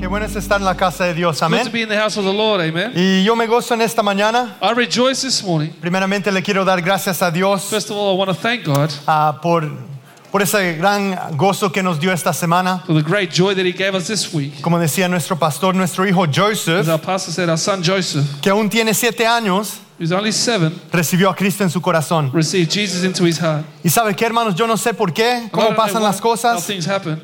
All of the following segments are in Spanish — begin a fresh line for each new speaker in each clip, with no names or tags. Qué bueno es estar en la casa de Dios,
Good to
amén.
be in the house of the Lord, amen.
Y yo me gozo en esta mañana.
I rejoice this morning.
Primeramente le quiero dar gracias a Dios
First of all, I want to thank God
ah, por, por ese gran gozo que nos dio esta semana.
for the great joy that He gave us this week.
Como decía nuestro pastor, nuestro hijo
As
Joseph,
our pastor said, our son Joseph,
que aún tiene siete años,
who's only seven,
recibió a Cristo en su corazón.
received Jesus into his heart.
Y sabe qué, hermanos, yo no sé por qué,
And I
cómo
don't know
pasan
why-
las
How
cosas.
things happen.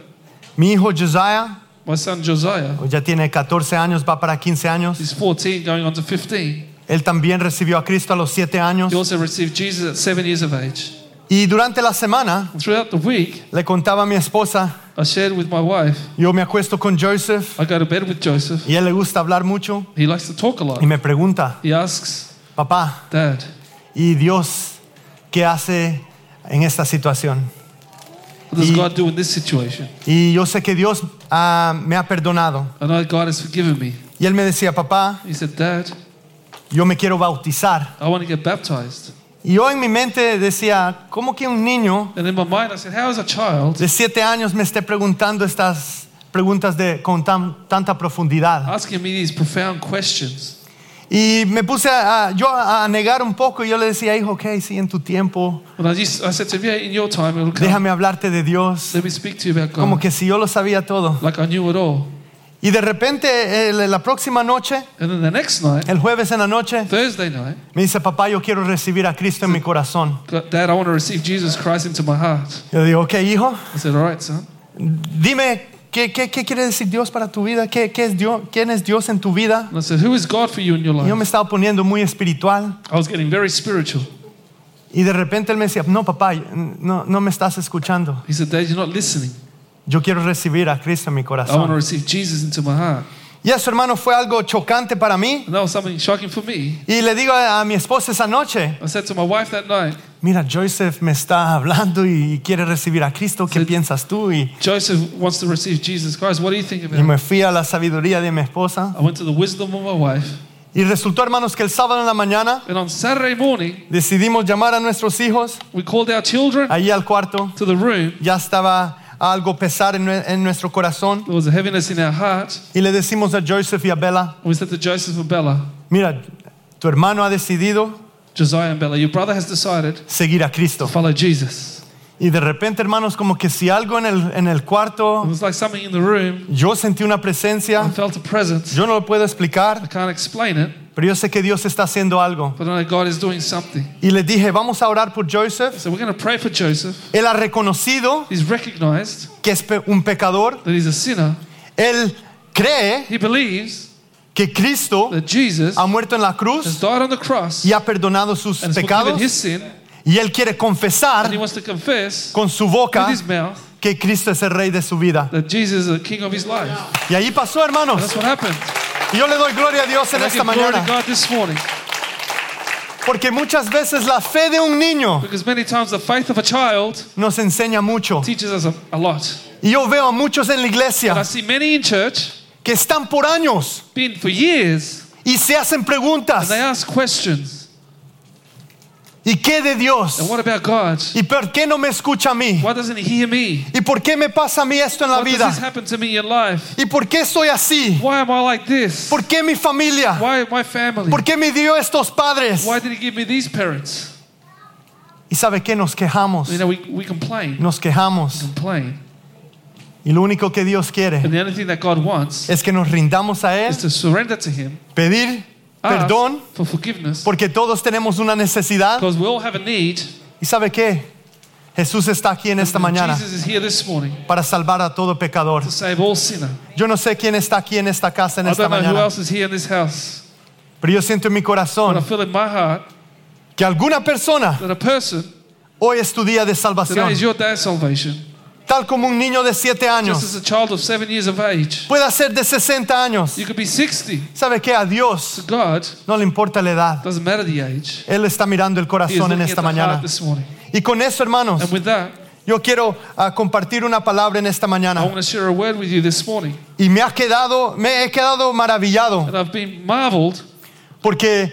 Mi hijo Josiah
My son Josiah,
pues ya tiene 14 años, va para 15 años.
he's 14, going on to 15.
Él también recibió a Cristo a los siete años.
He also received Jesus at seven years of age.
Y durante la semana
And throughout the week,
le contaba a mi esposa,
I shared with my wife.
yo me acuesto con Joseph.
I go to bed with Joseph.
Y a él le gusta hablar mucho
He likes to talk a lot.
y me pregunta,
He asks,
papá,
Dad,
¿y Dios qué hace en esta situación?
what does
Y-
God do in this situation?
Y yo sé que Dios ah, me ha perdonado.
I know God has forgiven me.
Y él me decía, papá,
He said, Dad,
yo me quiero bautizar.
I want to get baptized.
Y yo en mi mente decía, ¿cómo que un niño
And in my mind, I said, How is a child
de siete años me esté preguntando estas preguntas de, con tan- tanta profundidad?
asking me these profound questions?
Y me puse a, a- yo a a negar un poco y yo le decía, hijo, ok, sí, en tu tiempo,
And I, used, I said to him, Yeah, in your time, it'll come.
déjame hablarte de Dios.
Let me speak to you about
Como
God.
que si yo lo sabía todo.
Like I knew it all.
Y de repente, eh, la la próxima noche,
And then the next night,
el jueves en la noche,
Thursday night,
me dice, papá, yo quiero recibir a Cristo en mi corazón.
God, Dad, I want to receive Jesus Christ into my heart.
Yo digo, ok, hijo,
I said, All right, son.
dime, ¿qué, qué, qué quiere decir Dios para tu vida? ¿Qué, qué es Dios, ¿Quién es Dios en tu vida?
And I said, Who is God for you in your
Y yo
life?
me estaba poniendo muy espiritual.
I was getting very spiritual.
Y de repente él me decía, no, papá, no, no me estás escuchando.
He said, Dad, you're not listening.
Yo quiero recibir a Cristo en mi
I want to
corazón.
receive Jesus into my heart.
Y eso, hermano, fue algo chocante para mí.
And that was something shocking for me.
Y le digo a a mi esposa esa noche,
I said to my wife that night,
mira, Joseph me está hablando y quiere recibir a Cristo. ¿Qué
Sí.
piensas tú? Y
Joseph wants to receive Jesus Christ. What do you think about
Y
it?
me fui a la sabiduría de mi esposa.
I went to the wisdom of my wife.
Y resultó, hermanos, que el sábado en la mañana
And on Saturday morning,
decidimos llamar a nuestros hijos
we called our children
ahí al cuarto.
to the room.
Ya estaba algo pesar en, nue- en nuestro corazón.
There was a heaviness in our heart.
Y le decimos a Joseph y a Bella,
And we said to Joseph and Bella,
mira, tu hermano ha decidido
Josiah and Bella, your brother has decided to
seguir a Cristo.
follow Jesus.
Y de repente, hermanos, como que si algo en el, en el
It
cuarto,
was like something in the room.
yo sentí una
I
presencia.
felt a presence.
Yo no lo puedo
I
explicar,
can't explain it,
pero yo sé que Dios está haciendo algo.
but I know God is doing something.
Y le dije, vamos a orar por Joseph.
So we're going to pray for Joseph.
Él ha reconocido
He's recognized
que es pe- un pecador.
that he's a sinner.
Él cree
He believes
que Cristo
that Jesus
ha muerto en la
has
cruz
died on the cross
y ha perdonado sus
and has forgiven
pecados
his sin.
y él quiere
And he
confesar
wants to confess
con su
with
boca
his mouth
que Cristo es el rey de su vida.
that Jesus is the king of his life.
Y ahí pasó,
And
hermanos.
that's what happened.
Y Yo le doy gloria a Dios en
And I
esta
give glory to
mañana,
God this morning.
porque muchas veces la fe de un niño
Because many times the faith of a child
nos enseña mucho.
teaches us a, a lot.
Y yo veo a muchos en la
And I
iglesia
see many in church
que están por años
been for years
y se hacen
and
preguntas.
they ask questions.
¿Y qué de
And
Dios?
what about God?
¿Y por qué no me escucha a mí?
Why doesn't he hear me?
¿Y por qué me pasa a mí esto en la
Why does this
vida?
happen to me in life?
¿Y por qué soy así?
Why am I like this?
¿Por qué mi familia?
Why my family?
¿Por qué me dio estos padres?
Why did he give me these parents?
¿Y sabe qué? Nos quejamos.
You know, we, we complain.
Nos quejamos.
Complain.
Y lo único que Dios quiere
And the only thing that God wants
es que nos rindamos a
is
Él,
to surrender to him.
pedir
ask
perdón,
for forgiveness.
porque todos tenemos una necesidad.
Because we all have a need.
¿Y sabe qué? Jesús está aquí en esta
And
mañana
Jesus is here this morning
para salvar a todo pecador.
to save all sinner.
Yo no sé quién está aquí en esta casa en
I
esta
don't know who
mañana,
else is here in this house,
pero yo siento en mi
but I
corazón
feel in my heart
que alguna persona
that a person
hoy es tu día de
today
salvación,
is your day of salvation.
tal como un niño de 7
Just
años
as a child of seven years of age,
puede ser de 60 años.
you could be 60.
¿Sabe qué? A Dios
To God,
no le importa la edad.
doesn't matter the age.
Él está mirando el
He is
corazón en
looking at
esta
the heart
mañana.
this morning.
Y con eso, hermanos,
And with that,
yo quiero ah, compartir una palabra en esta
I
mañana.
want to share a word with you this morning.
Y me ha quedado, me he quedado maravillado
And I've been marveled
porque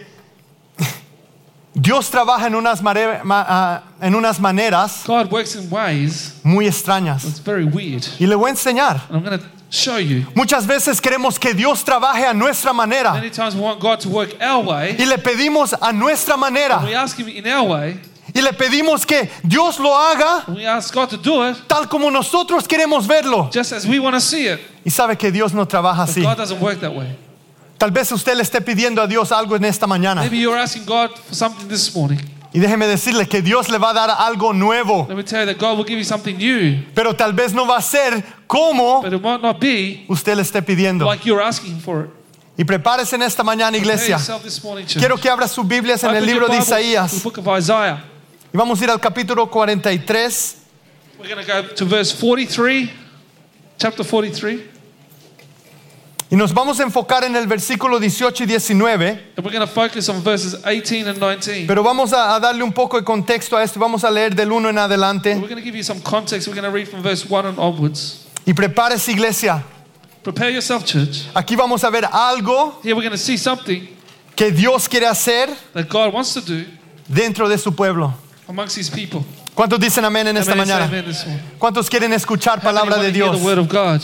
Dios trabaja en unas, mare- ma- ah, en unas maneras
God works in ways
muy extrañas.
that's very weird.
Y le voy a enseñar.
And I'm going to show you.
Muchas veces queremos que Dios trabaje a nuestra manera
Many times we want God to work our way.
y le pedimos a nuestra manera
We ask Him in our way.
y le pedimos que Dios lo haga
And we ask God to do it
tal como nosotros queremos verlo.
just as we want to see it.
Y sabe que Dios no trabaja
But
así.
God doesn't work that way.
Tal vez usted le esté pidiendo a Dios algo en esta mañana.
Maybe you're asking God for something this morning.
Y déjeme decirle que Dios le va a dar algo nuevo,
Let me tell you that God will give you something new,
pero tal vez no va a ser como
but it might not be
usted le esté pidiendo.
like you're asking for it.
Y prepárese en esta mañana,
Prepare
iglesia.
yourself this morning, church.
Quiero que abra sus Biblias en
Open
el
your
libro de
Bible to The
Isaías.
book of Isaiah.
Y vamos a ir al capítulo 43.
We're going to go to verse 43, chapter 43,
Y nos vamos a enfocar en el versículo 18 y 19,
and we're going to focus on verses 18 and 19.
pero vamos a, a darle un poco de contexto a esto y vamos a leer del 1 en
We're
adelante.
going to give you some context. We're going to read from verse 1 and onwards.
Y prepárese iglesia,
Prepare yourself, church.
aquí vamos a ver algo
Here we're going to see something
que Dios quiere hacer
that God wants to do
dentro de su pueblo.
amongst his people.
¿Cuántos dicen amén en esta
Amen, say
mañana?
amen this morning.
¿Cuántos quieren escuchar
How many
palabra
want
de
to hear
Dios?
The word of God.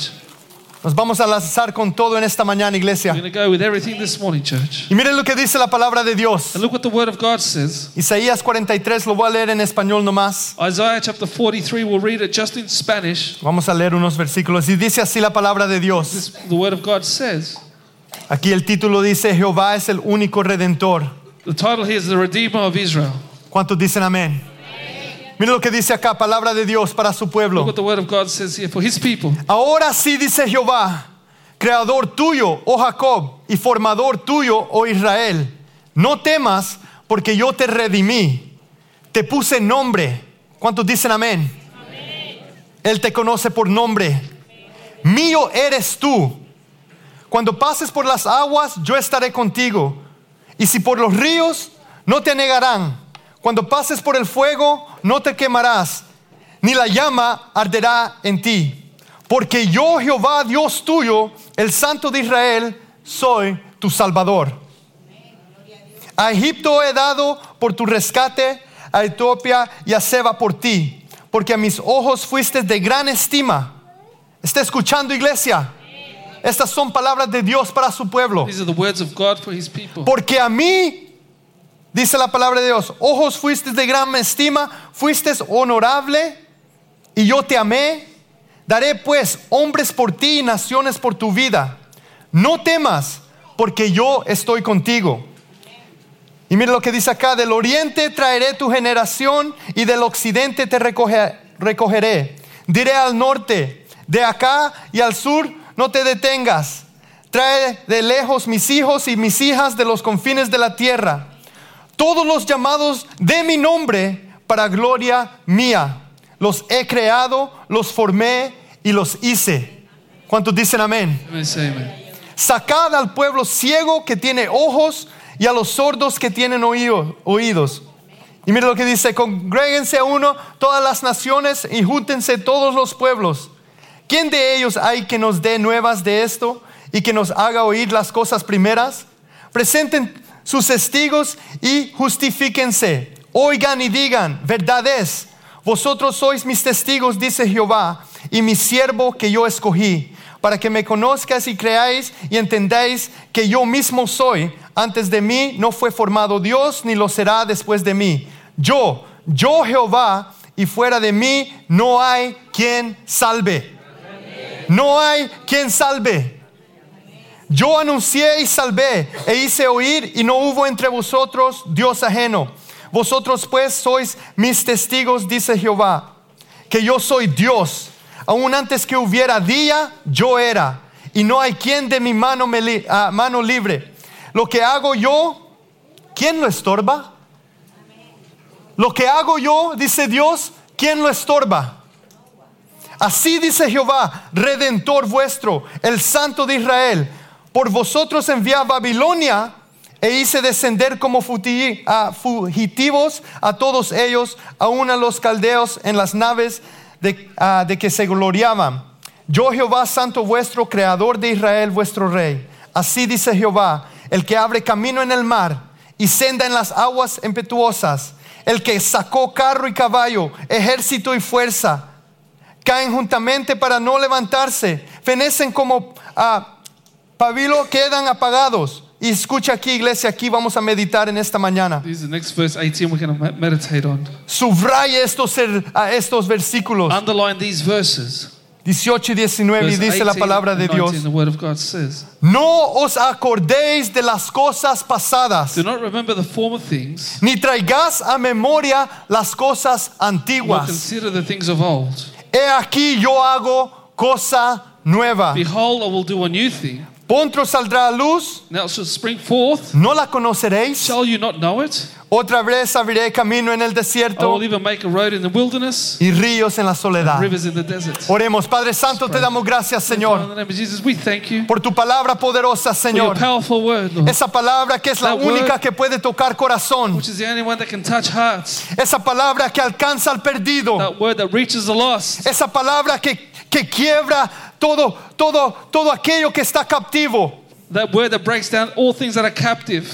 Nos vamos a lanzar con todo en esta mañana,
We're
iglesia.
going to go with everything this morning, church.
Y miren lo que dice la palabra de Dios.
And look what the word of God says.
Isaías 43, lo voy a leer en español nomás.
Isaiah chapter 43, we'll read it just in Spanish.
Vamos a leer unos versículos. Y dice así la palabra de Dios.
This, the word of God says.
Aquí el título dice, Jehová es el único redentor.
The title here is The Redeemer of Israel.
¿Cuántos dicen amén? Mira lo que dice acá, palabra de Dios para su
Look
pueblo.
what the word of God says here for his people.
Ahora sí dice Jehová, creador tuyo, oh Jacob, y formador tuyo, oh Israel. No temas, porque yo te redimí. Te puse nombre. ¿Cuántos dicen amén? Él te conoce por nombre. Mío eres tú. Cuando pases por las aguas, yo estaré contigo. Y si por los ríos, no te anegarán. Cuando pases por el fuego, no te quemarás, ni la llama arderá en ti. Porque yo, Jehová, Dios tuyo, el Santo de Israel, soy tu Salvador. A Egipto he dado por tu rescate, a Etiopía y a Seba por ti, porque a mis ojos fuiste de gran estima. ¿Está escuchando, iglesia? Estas son palabras de Dios para su pueblo.
These are the words of God for his people.
Porque a mí, dice la palabra de Dios, ojos fuiste de gran estima, fuiste honorable y yo te amé. Daré pues hombres por ti y naciones por tu vida. No temas, porque yo estoy contigo. Y mira lo que dice acá, del oriente traeré tu generación y del occidente te recoge- recogeré. Diré al norte, de acá y al sur, no te detengas. Trae de lejos mis hijos y mis hijas de los confines de la tierra. Todos los llamados de mi nombre para gloria mía. Los he creado, los formé y los hice. ¿Cuántos dicen amén?
Amen, say amen.
Sacad al pueblo ciego que tiene ojos y a los sordos que tienen oído- oídos. Y mire lo que dice, congréguense a uno todas las naciones y júntense todos los pueblos. ¿Quién de ellos hay que nos dé nuevas de esto y que nos haga oír las cosas primeras? Presenten sus testigos y justifíquense. Oigan y digan, verdad es, vosotros sois mis testigos, dice Jehová, y mi siervo que yo escogí, para que me conozcas y creáis y entendáis que yo mismo soy. Antes de mí no fue formado Dios, ni lo será después de mí. Yo, yo Jehová, y fuera de mí no hay quien salve. No hay quien salve. Yo anuncié y salvé, e hice oír, y no hubo entre vosotros Dios ajeno. Vosotros pues sois mis testigos, dice Jehová, que yo soy Dios. Aún antes que hubiera día, yo era, y no hay quien de mi mano, me li- ah, mano libre. Lo que hago yo, ¿quién lo estorba? Lo que hago yo, dice Dios, ¿quién lo estorba? Así dice Jehová, redentor vuestro, el santo de Israel. Por vosotros envié a Babilonia e hice descender como futi- a fugitivos a todos ellos, aun a los caldeos en las naves de, ah, de que se gloriaban. Yo Jehová, santo vuestro, creador de Israel, vuestro rey. Así dice Jehová, el que abre camino en el mar y senda en las aguas impetuosas, el que sacó carro y caballo, ejército y fuerza, caen juntamente para no levantarse, fenecen como a pabilo, quedan apagados. Y escucha aquí, iglesia, aquí vamos a meditar en esta mañana.
These are the next verse 18 we're going to meditate on.
Subraya estos, er- a estos versículos
Underline these verses.
18 y 19 y
Verse
dice la
18
palabra de
and 19,
Dios.
The word of God says,
No os acordéis de las cosas pasadas,
Do not remember the former things,
ni traigáis a memoria las cosas
nor
antiguas.
consider the things of old.
He aquí yo hago cosa nueva.
Behold, I will do a new thing.
Pronto saldrá a luz,
Now it shall spring forth.
no la conoceréis.
Shall you not know it?
Otra vez abriré camino en el
I
desierto
will even make a road in the wilderness,
y ríos en la soledad.
rivers in the desert.
Oremos, Padre Santo, te damos gracias,
Father, in
Señor,
the name of Jesus, we thank you
por tu palabra poderosa,
for your
Señor.
powerful word, Lord,
Esa palabra que es la
That
única
word-
que puede tocar corazón.
which is the only one that can touch hearts.
Esa palabra que alcanza al perdido.
That word that reaches the lost.
esa palabra que, que quiebra todo, todo, todo aquello que está captivo,
That word that breaks down all things that are captive.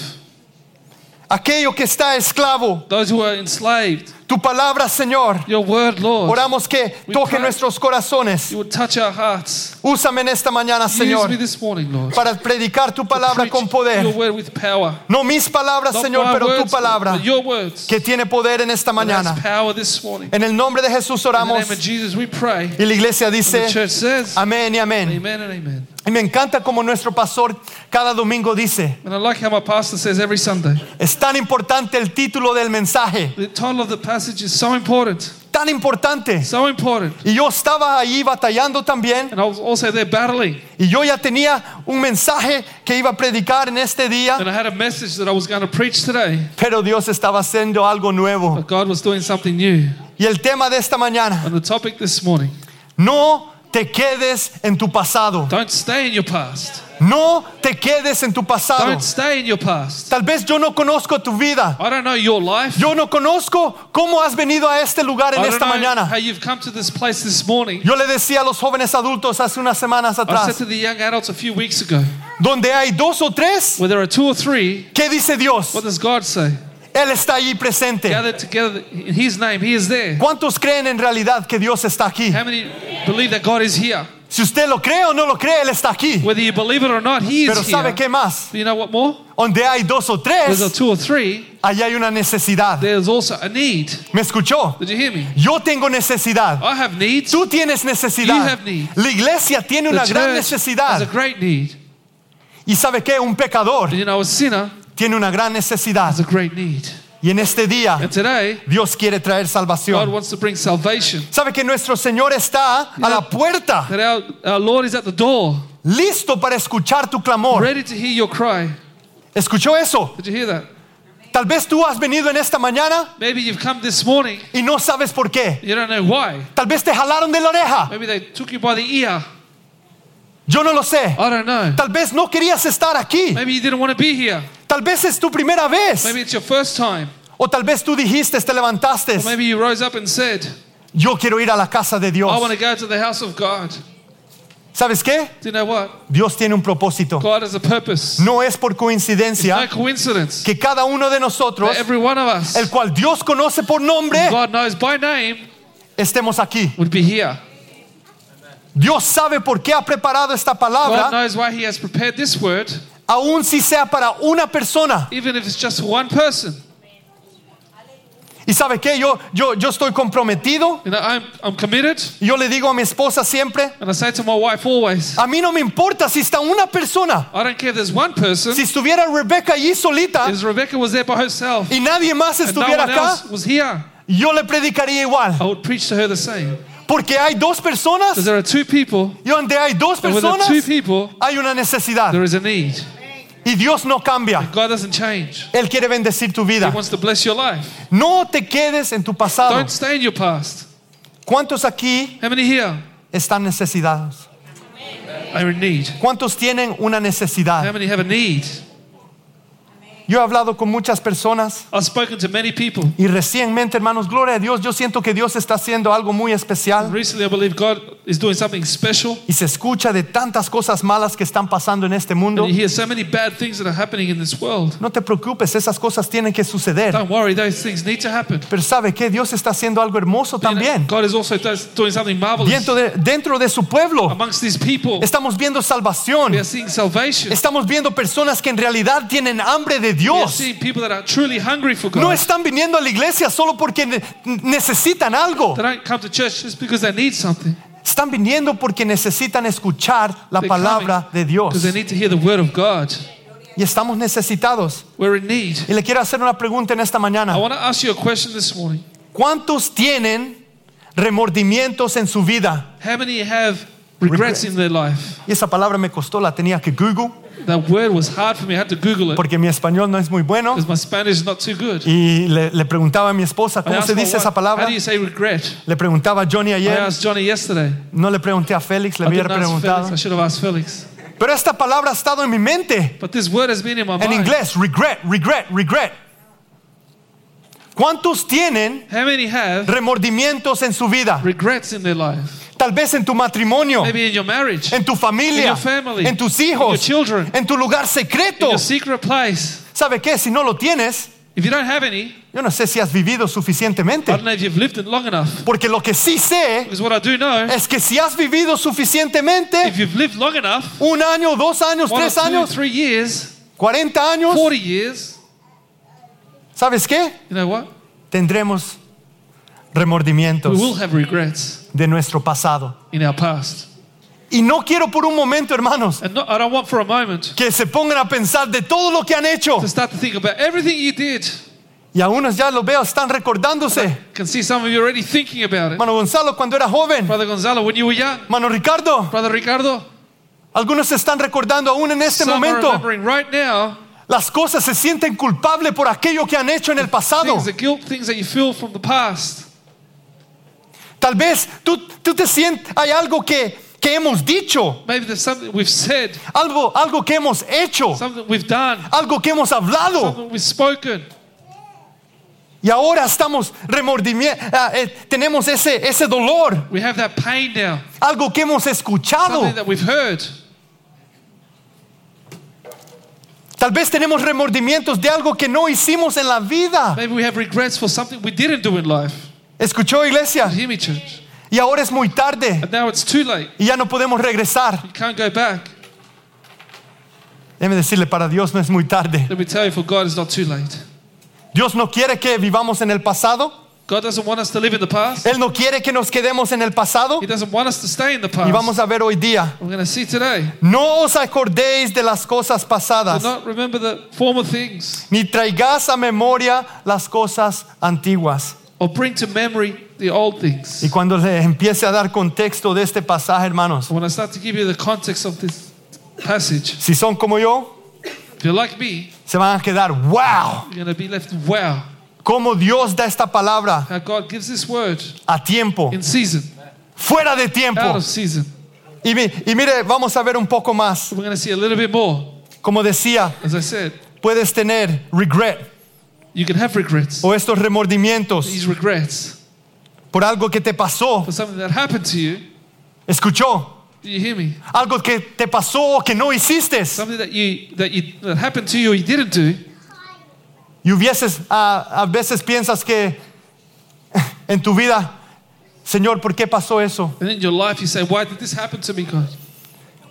aquello que está esclavo.
Those who are enslaved.
Tu palabra, Señor.
Your word, Lord.
Oramos que
We
toque
pray.
nuestros corazones.
You would touch our hearts.
Úsame en esta mañana,
Use
Señor,
me this morning, Lord.
para predicar tu palabra
Preach
con
Your
poder.
word with power.
No mis palabras,
Not
Señor,
my
pero tu
words,
palabra
but your words.
que tiene poder en esta
And that's
mañana.
power this morning.
En el nombre de Jesús
In the
oramos
name of Jesus, we pray.
y la iglesia
The
dice
church says,
amén y amén.
Amen and amen.
Y me encanta como nuestro pastor cada domingo dice,
And I like how my pastor says every Sunday.
es tan importante el título del mensaje.
The title of the passage is so important.
tan importante.
So important.
Y yo estaba ahí batallando también.
And I was also there battling.
Y yo ya tenía un mensaje que iba a predicar en este día.
And I had a message that I was going to preach today.
Pero Dios estaba haciendo algo nuevo.
But God was doing something new.
Y el tema de esta mañana,
And the topic this morning
no te quedes en tu pasado.
don't stay in your past.
No te quedes en tu pasado.
Don't stay in your past.
Tal vez yo no conozco tu vida.
I don't know your life.
Yo no conozco cómo has venido a este lugar en
I don't
esta
know how
mañana.
you've come to this place this morning.
Yo le decía a los jóvenes adultos hace unas semanas
I said
atrás,
to the young adults a few weeks ago,
donde hay dos o tres,
where there are two or three,
¿qué dice Dios?
what does God say?
Él está allí presente.
Gathered together in His name, He is there.
¿Cuántos creen en realidad que Dios está aquí?
How many believe that God is here?
Si usted lo cree o no lo cree, Él está aquí.
Whether you believe it or not, He
Pero
is
¿sabe
here.
qué más?
But you know what more?
Donde hay dos o
Where there are
tres,
two or three,
allí hay una necesidad.
there's also a need.
¿Me escuchó?
Did you hear me?
Yo tengo necesidad.
I have needs.
Tú tienes
You
necesidad.
have need.
La iglesia tiene
The
una gran
church has
necesidad.
a great need.
¿Y sabe qué? Un pecador
And you know, a sinner
tiene una gran necesidad.
has a great need.
Y en este día,
And today,
Dios quiere traer
God
salvación.
wants to bring salvation.
¿Sabe que nuestro Señor está a la puerta,
That our, our Lord is at the door,
listo para escuchar tu clamor?
ready to hear your cry.
¿Escuchó eso?
Did you hear that?
Tal vez tú has venido en esta mañana
Maybe you've come this morning,
y no sabes por qué.
you don't know why.
Tal vez te jalaron de la oreja.
Maybe they took you by the ear.
Yo no lo sé.
I don't know.
Tal vez no querías estar aquí.
Maybe you didn't want to be here.
Tal vez es tu primera vez.
Maybe it's your first time.
O tal vez tú dijiste, te levantaste.
Or maybe you rose up and said,
Yo quiero ir a la casa de
I
Dios.
want to go to the house of God.
¿Sabes qué?
Do you know what?
Dios tiene un propósito.
God has a purpose.
No es por
No
coincidencia
coincidence.
que cada uno de nosotros,
That every one of us,
el cual Dios conoce por nombre,
God knows by name,
estemos aquí.
would be here.
Dios sabe por qué ha preparado esta
God
palabra,
knows why He has prepared this word,
aun si sea para una persona.
even if it's just one person.
Y sabe qué? Yo, yo, yo estoy comprometido.
You know, I'm, I'm committed,
Y yo le digo a mi esposa siempre,
and I say to my wife always,
A mí no me importa si está una persona.
I don't care if there's one person.
Si estuviera Rebeca allí solita
If Rebecca was there by herself,
y nadie más
and no
estuviera
one
acá,
else was here,
yo le predicaría igual.
I would preach to her the same.
Porque hay dos personas
Because there are two people,
y donde hay dos
and with the
personas
two people,
hay una necesidad.
there is a need.
Y Dios no cambia.
God doesn't change.
Él quiere bendecir tu
He
vida.
wants to bless your life.
No te quedes en tu pasado.
Don't stay in your past.
¿Cuántos aquí
How many here
están necesitados?
are in need?
¿Cuántos tienen una
How
necesidad?
many have a need?
Yo he hablado con muchas personas
I've spoken to many people.
y recientemente, hermanos, gloria a Dios, yo siento que Dios está haciendo algo muy especial
Recently, I believe God is doing something special.
y se escucha de tantas cosas malas que están pasando en este mundo.
And you hear so many bad things that are happening in this world.
No te preocupes, esas cosas tienen que suceder.
Don't worry, those things need to happen.
Pero sabe que Dios está haciendo algo hermoso
You know,
también.
God is also does, doing something marvelous
Dentro de, dentro de su pueblo
amongst these people.
estamos viendo salvación.
We are seeing salvation.
Estamos viendo personas que en realidad tienen hambre de
We are
Dios.
seeing people that are truly hungry for God.
No están viniendo a la iglesia solo porque ne- necesitan algo.
They don't come to church just because they need something.
Están viniendo porque necesitan escuchar la palabra de Dios.
Because they need to hear the word of God.
Y estamos necesitados.
We're in need.
Y le quiero hacer una pregunta en esta
I
mañana.
want to ask you a question this morning.
¿Cuántos tienen remordimientos en su vida?
How many have regrets in their life?
Y esa palabra me costó, la tenía que Google
That word was hard for me. I had to Google it
porque mi español no es muy bueno.
because my Spanish is not too good.
Y le, le preguntaba a mi esposa
I
cómo
asked
se
my
dice
wife,
esa
How
palabra.
do you say regret?
Le preguntaba a Johnny
I
ayer.
asked Johnny yesterday.
No le pregunté a Félix, le
I
había
didn't ask
preguntado.
Felix. I should have asked Felix.
Pero esta palabra ha estado en mi mente.
But this word has been in my
En
mind.
inglés, regret, regret, regret. ¿Cuántos tienen
How many have
remordimientos en su vida?
regrets in their life?
Tal vez en tu matrimonio,
Maybe in your marriage,
Oh. en tu familia,
In your family.
en tus
In your
hijos,
children.
en tu lugar
in
secreto.
your secret place.
¿Sabe qué? Si no lo tienes,
If you don't have any,
yo no sé si has vivido
I
suficientemente.
don't know if you've lived it long enough.
Porque lo que sí sé
Because what I do know,
es que si has vivido
if
suficientemente,
you've lived long enough,
un año, dos años,
one or
tres
two,
años,
three years,
cuarenta años,
40 years,
¿sabes qué?
you know what?
Tendremos
We will
remordimientos
have regrets
de nuestro pasado.
in our past.
Y no quiero por un momento, hermanos,
And no, I don't want for a moment
que se pongan a pensar de todo lo que han hecho.
to start to think about everything you did.
Y a unos ya los veo, están recordándose.
I can see some of you already thinking about it.
Mano Gonzalo, cuando era joven.
Brother Gonzalo, when you were young,
Mano Ricardo,
Brother Ricardo,
algunos se están recordando aún en este
some are
momento.
remembering right now
Las cosas se sienten culpables por aquello que han hecho en el pasado.
things, the guilt, things that you feel from the past.
Tal vez tú, tú te sientes, hay algo que, que hemos dicho,
Maybe there's something we've said,
algo, algo que hemos hecho,
something we've done,
algo que hemos hablado.
something we've spoken.
Y ahora estamos remordimiento, tenemos ese, ese dolor,
We have that pain now,
algo que hemos escuchado.
something that we've heard.
Tal vez tenemos remordimientos de algo que no hicimos en la vida.
Maybe we have regrets for something we didn't do in life.
¿Escuchó iglesia?
Hear me, church.
Y ahora es muy tarde
And now it's too late.
y ya no podemos regresar.
You can't go back.
Déjeme decirle, para Dios no es muy tarde.
Let me tell you, for God, it's not too late.
Dios no quiere que vivamos en el pasado.
God doesn't want us to live in the past.
Él no quiere que nos quedemos en el pasado.
He doesn't want us to stay in the
Y
past.
vamos a ver hoy día.
We're going to see today.
No os acordéis de las cosas
Do
pasadas,
not remember the former things
ni traigáis a memoria las cosas antiguas.
or bring to memory the old
Y
things.
cuando le empiece a dar contexto de este pasaje, hermanos,
When I start to give you the context of this passage,
si son como yo,
if you're like me,
se van a quedar, wow,
you're going to be left wow.
cómo Dios da esta palabra
How God gives this word
a tiempo,
in season,
fuera de tiempo.
out of season.
Y, mi- y mire, vamos a ver un poco más.
We're going to see a little bit more.
Como decía,
As I said,
puedes tener regret
you can have regrets.
o estos remordimientos
These regrets
por algo que te pasó.
for something that happened to you.
Escuchó,
Do you hear me?
algo que te pasó o que no hiciste
Something that you that you that happened to you or you didn't do.
y hubieses, a, a veces piensas que en tu vida, Señor, ¿por qué pasó eso?
And in your life, you say, Why did this happen to me, God?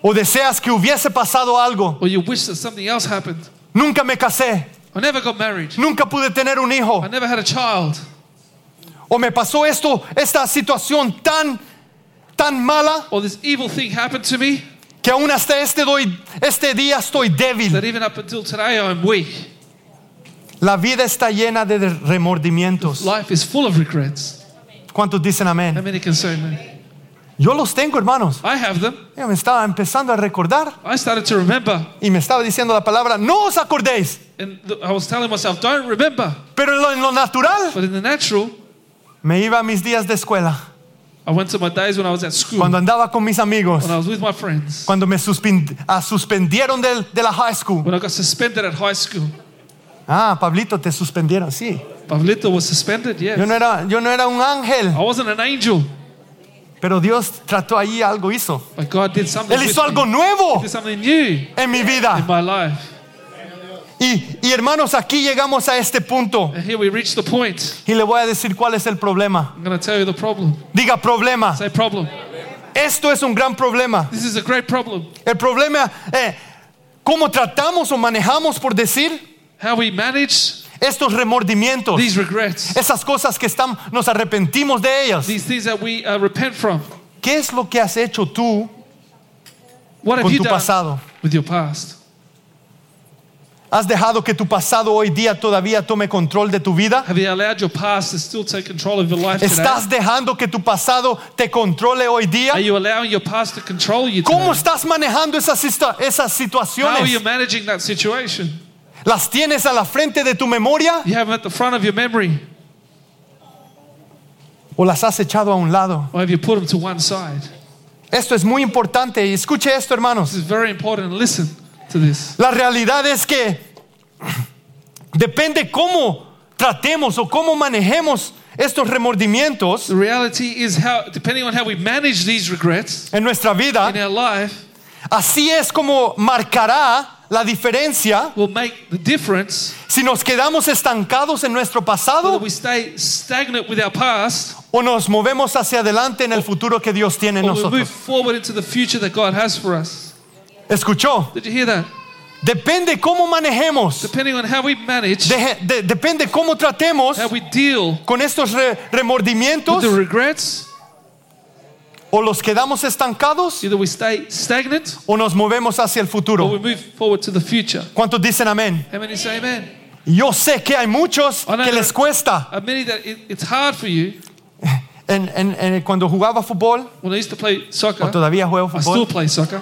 O deseas que hubiese pasado algo.
Or you wish that something else happened.
Nunca me casé,
I never got married.
nunca pude tener un hijo.
I never had a child.
O me pasó esto, esta situación tan, tan mala
Or this evil thing happened to me
que aún hasta este, doy- este día estoy débil.
that even up until today I'm weak.
La vida está llena de remordimientos.
Life is full of regrets.
¿Cuántos dicen
How
amén?
many can say amen?
Yo los tengo, hermanos.
I have them.
Yo me estaba empezando a recordar
I started to remember.
y me estaba diciendo la palabra, no os acordéis.
And th- I was telling myself, Don't remember.
Pero en lo, en lo natural,
But in the natural,
me iba a mis días de escuela,
I went to my days when I was at school,
cuando
when
andaba con mis amigos,
I was with my friends,
cuando me suspin- ah, suspendieron del- de, la high school.
when I got suspended at high school.
Ah, Pablito, te suspendieron, sí.
Pablito was suspended, yes.
Yo no era, yo no era un ángel,
I wasn't an angel,
pero Dios trató ahí algo hizo.
but God did something.
Él
with
hizo
me.
algo nuevo
He did something new
en mi
in
vida.
my life.
Y, y hermanos, aquí llegamos a este punto.
And here we reach the point.
Y le voy a decir cuál es el problema.
I'm going to tell you the problem.
Diga problema.
Say problem.
Esto es un gran problema.
This is a great problem.
El problema es cómo tratamos o manejamos, por decir,
How we manage
estos remordimientos.
these regrets,
Esas cosas que están, nos arrepentimos de ellas.
these things that we uh, repent from.
¿Qué es lo que has hecho tú
What have
con
you
tu
done
pasado?
with your past?
¿Has dejado que tu pasado hoy día todavía tome control de tu vida?
Have you allowed your past to still take control of your life today?
¿Estás dejando que tu pasado te controle hoy día?
Are you allowing your past to control you today?
¿Cómo estás manejando esas, situa- esas
How are you
situaciones?
managing that situation?
¿Las tienes a la frente de tu memoria
You have them at the front of your memory,
o las has echado a un lado?
or have you put them to one side?
Esto es muy importante y escuche esto, hermanos.
This is very important. Listen to this.
La realidad es que depende cómo tratemos o cómo manejemos estos remordimientos
The reality is how, depending on how we manage these regrets
en nuestra vida,
in our life,
así es como marcará la diferencia
will make the difference
si nos quedamos estancados en nuestro
whether
pasado
we stay stagnant with our past
o nos movemos hacia adelante en el futuro que Dios tiene en
or Oh, we move
nosotros.
forward into the future that God has for us.
¿Escuchó?
Did you hear that?
Depende cómo manejemos,
Depending on how we manage,
deje- de- depende cómo tratemos
how we deal
con estos re-
with
remordimientos
the regrets,
o los quedamos estancados
either we stay stagnant
o nos movemos hacia el
or we
futuro.
move forward to the future.
¿Cuántos dicen amén?
How many say amen?
Yo sé que hay muchos
Oh, no,
que
no.
les cuesta.
I mean that it, it's hard for you.
En, en- en- cuando jugaba fútbol,
When I used to play soccer,
o todavía juego
I still
fútbol,
play soccer.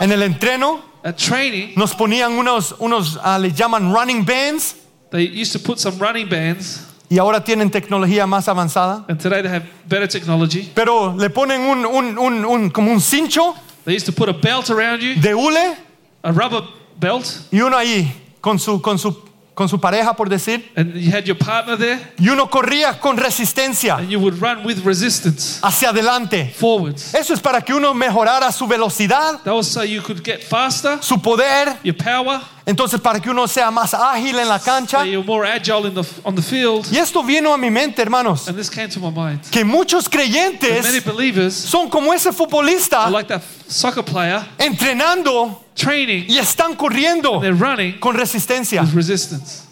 en el entreno
At training,
nos ponían unos, unos ah, le llaman running bands,
they used to put some running bands,
y ahora tienen tecnología más avanzada.
and today they have better technology.
Pero le ponen un, un- un- un- como un cincho
They used to put a belt around you,
de hule
a rubber belt,
y uno ahí, con su, con su, con su pareja, por decir,
and you had your partner there,
y uno corría con resistencia
and you would run with resistance
hacia adelante.
forwards.
Eso es para que uno mejorara su velocidad,
That was so you could get faster,
su poder,
your power,
entonces para que uno sea más ágil en la
so
cancha.
you're more agile in the, on the field.
Y esto vino a mi mente, hermanos,
And this came to my mind.
que muchos
Many
creyentes
believers
son como ese
are
futbolista
like that soccer player
entrenando
training,
y están corriendo
they're running
con resistencia.
with resistance.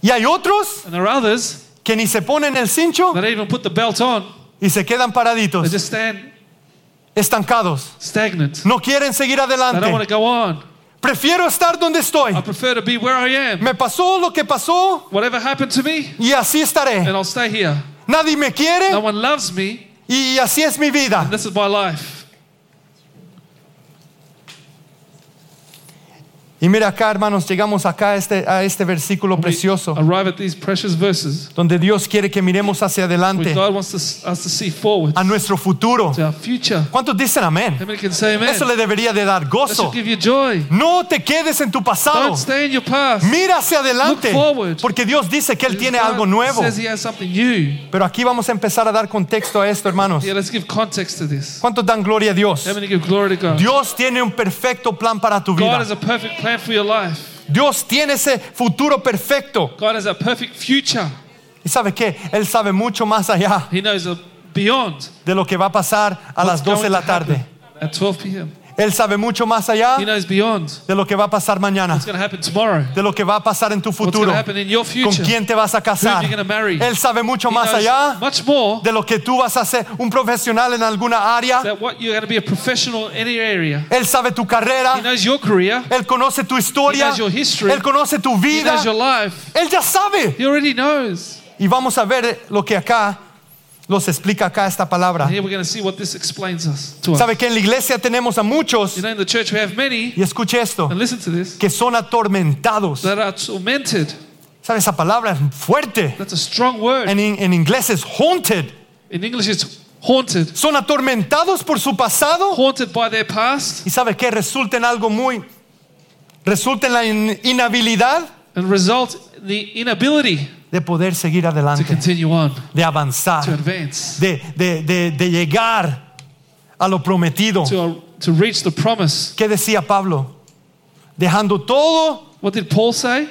Y hay otros
And there are others
que ni se ponen el cincho
that don't even put the belt on,
y se quedan
they
paraditos,
just stand
estancados.
stagnant.
No quieren seguir
They don't want to
adelante.
go on.
Prefiero estar donde
I
estoy.
prefer to be where I am.
Me pasó lo que pasó
Whatever happened to me,
y así estaré.
and I'll stay here.
Nadie me
No
quiere
one loves me.
y así es mi vida.
This is my life.
Y mira acá, hermanos, llegamos acá a este, a este versículo precioso
Arrive at these precious verses
donde Dios quiere que miremos hacia
where
adelante,
God wants us, us to see forward
a nuestro futuro.
to our future.
¿Cuántos dicen amén?
How many can say amen?
Eso le debería de dar
That
gozo.
should give you joy.
No te quedes en tu pasado.
Don't stay in your past.
Mira hacia adelante,
Look forward.
porque Dios dice que Él tiene
God
algo nuevo.
Says he has something new.
Pero aquí vamos a empezar a dar contexto a esto, hermanos.
Yeah, let's give context to this.
¿Cuántos dan gloria a Dios?
How many give glory to God?
Dios tiene un perfecto plan para tu
God
vida.
has a perfect plan for your life.
Dios tiene ese futuro perfecto.
God has a perfect future.
¿Y sabe qué? Él sabe mucho más allá
He knows the beyond.
de lo que va a pasar a
what's
las 12 de
going
la
to happen
tarde.
At 12 p.m.
Él sabe mucho más allá
He knows beyond.
de lo que va a pasar mañana,
What's going to happen tomorrow?
de lo que va a pasar en tu
What's going
futuro,
to happen in your
con
future?
quién te vas a casar.
you're gonna marry.
Él sabe mucho
He
más
knows
allá
much more
de lo que tú vas a ser un profesional en alguna área.
that what you're going to be a professional in any area.
Él sabe tu
He
carrera,
knows your career.
él conoce tu
He
historia,
knows your history.
él conoce tu
He
vida.
knows your life.
Él ya sabe.
He already knows.
Y vamos a ver lo que acá los explica acá esta palabra.
And here we're going to see what this explains us to us.
Sabe que en la iglesia tenemos a muchos
You know, in the church we have many,
y escuche esto,
and listen to this,
que son atormentados.
that are tormented.
Sabe esa palabra es fuerte.
That's a strong word.
En, en inglés es haunted.
In English, it's haunted.
Son atormentados por su pasado
Haunted by their past.
y sabe que resulta en algo muy resulta en la in- inhabilidad
And result, the inability
de poder seguir
to
adelante,
continue on,
de avanzar,
to advance,
de, de- de- de llegar a lo prometido.
to, uh, to reach the promise.
¿Qué decía Pablo? Dejando todo,
What did Paul say?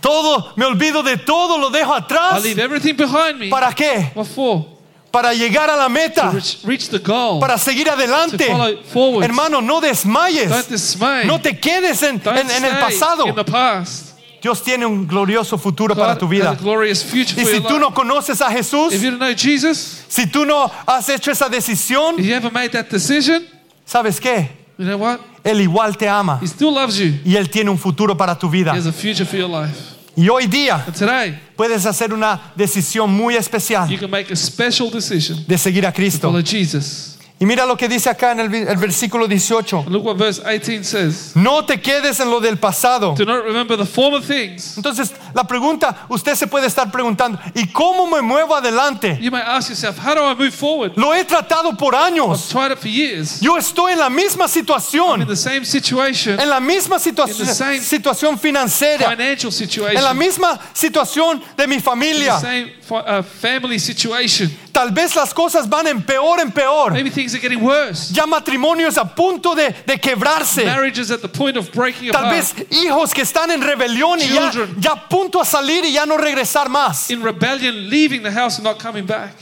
todo, me olvido de todo, lo dejo
I
atrás.
leave everything behind me.
¿Para qué?
What for?
Para llegar a la meta,
Reach, reach the goal.
para seguir adelante.
To follow forwards.
Hermano, no
Don't
desmayes.
dismay.
No te quedes en,
Don't
en- en el
stay
pasado.
In the past.
Dios tiene un glorioso futuro para
God
tu
has
vida.
a glorious future
Y
for
si
your
tú
life.
no conoces a Jesús,
If you don't know Jesus,
si tú no has hecho esa decisión,
if you haven't made that decision,
¿sabes qué?
you know what?
Él igual te ama
He still loves you. He
y Él tiene un futuro para tu vida.
has a future for your life.
Y hoy día
And today,
puedes hacer una decisión muy
you
especial
can make a special decision.
de seguir a Cristo.
Follow Jesus.
Y mira lo que dice acá en el, vi- el versículo 18.
And look what verse 18 says.
No te quedes en lo del pasado.
Do not remember the former things.
Entonces, la pregunta, usted se puede estar preguntando, ¿y cómo me muevo adelante?
You may ask yourself, how do I move forward?
Lo he tratado por años.
I've tried it for years.
Yo estoy en la misma situación.
I'm in the same situation,
en la misma
In the
situación
same-
situación financiera,
financial situation,
en la misma situación de mi
the
familia.
same fi- uh, family situation.
Tal vez las cosas van en peor en peor.
Maybe things are getting worse.
Ya matrimonios a punto de, de quebrarse.
Marriage is at the point of breaking
Tal
apart.
vez hijos que están en rebelión y ya,
Children.
ya a punto a salir y ya no regresar más.
in rebellion, leaving the house and not coming back.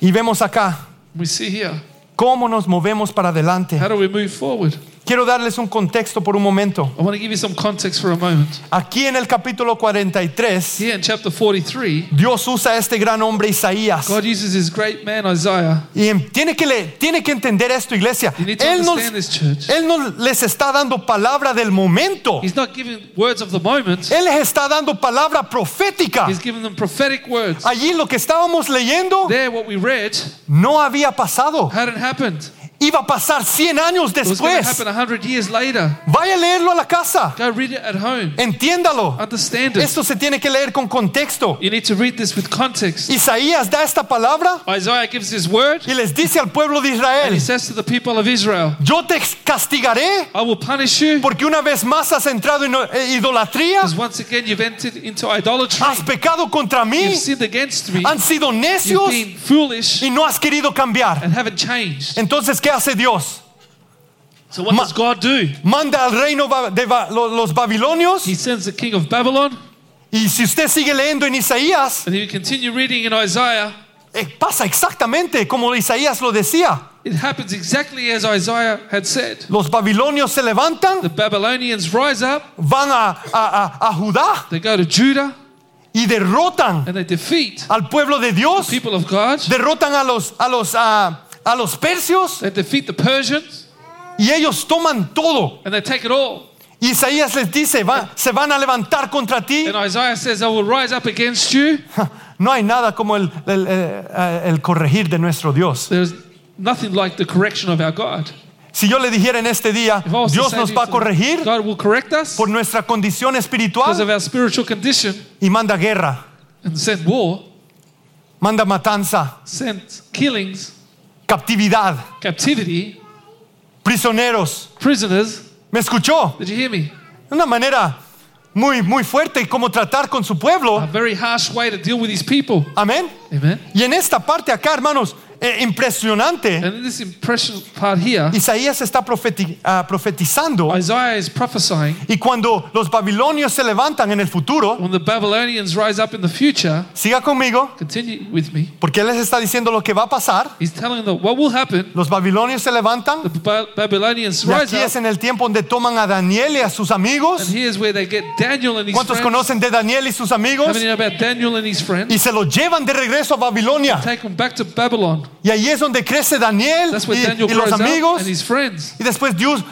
Y vemos acá
We see here.
cómo nos movemos para adelante.
How do we move forward?
Quiero darles un contexto por un momento.
I want to give you some context for a moment.
Aquí en el capítulo 43,
Here in chapter 43,
Dios usa a este gran hombre Isaías.
God uses his great man Isaiah.
Y em- tiene que, le- tiene que entender esto, iglesia.
You need to
Él nos,
understand this, church.
Él no les está dando palabra del momento.
He's not giving words of the moment,
Él les está dando palabra profética.
he's giving them prophetic words.
Allí lo que estábamos leyendo
There, what we read
no había pasado.
hadn't happened.
Iba a pasar 100 años
It was going to
después.
happen 100 years later.
Vaya a leerlo a la casa.
Go read it at home.
Entiéndalo.
Understand it.
Esto se tiene que leer con contexto.
You need to read this with context.
Isaías da esta palabra
Isaiah gives his word
y les dice al pueblo de
and he
Israel,
says to the people of Israel,
yo te castigaré
I will punish you
porque una vez más has entrado en eh, idolatría,
because once again you've entered into idolatry.
has pecado contra mí,
You've sinned against me.
han sido
You've
necios
been foolish
y no has querido cambiar.
and haven't changed.
Entonces, ¿qué hace Dios?
So what
Ma-
does God do?
Manda al reino ba- de ba- lo- los babilonios.
He sends the king of Babylon,
Y si usted sigue leyendo en Isaías,
and if you continue reading in Isaiah,
eh, pasa exactamente como Isaías lo decía.
it happens exactly as Isaiah had said.
Los babilonios se
The
levantan,
Babylonians rise up,
van a, a- a- a Judá
they go to Judah,
y derrotan
and they defeat
al pueblo de Dios,
people of God.
derrotan a los, a los, ah, a los persios
They defeat the Persians,
y ellos toman todo.
and they take it all.
Y Isaías les dice, "Va- se van a levantar contra ti.
And Isaiah says, I will rise up against you.
No hay nada como el, el- el- eh, el corregir de nuestro Dios.
There's nothing like the correction of our God.
Si yo le dijera en este día,
If I was to
Dios
say
nos
this,
va a corregir
God will correct us
por nuestra condición
because
espiritual
of our spiritual condition
y manda guerra,
and send war,
manda matanza,
send killings,
captividad,
captivity,
prisioneros.
prisoners.
¿Me escuchó?
Did you hear me?
De una manera muy, muy fuerte como tratar con su
A
pueblo.
very harsh way to deal with these people.
Amén.
Amen.
Y en esta parte acá, hermanos, eh, impresionante,
And in this impression part here,
Isaías está profeti- ah, profetizando.
Isaiah is prophesying
Y cuando los babilonios se levantan en el futuro,
when the Babylonians rise up in the future.
siga conmigo,
Continue with me.
porque él les está diciendo lo que va a pasar.
He's telling them what will happen.
Los babilonios se levantan.
The Ba- Babylonians
Y aquí
rise
es
up,
en el tiempo donde toman a Daniel y a sus
and
amigos.
here's where they get Daniel and his
¿Cuántos
friends.
conocen de Daniel y sus
How
amigos?
many know about Daniel and his friends?
Y se los llevan de regreso a Babilonia.
Take them back to Babylon.
Y ahí es donde crece Daniel
That's where Daniel
y, y los
grows up
amigos.
and his friends.
Y después Dios,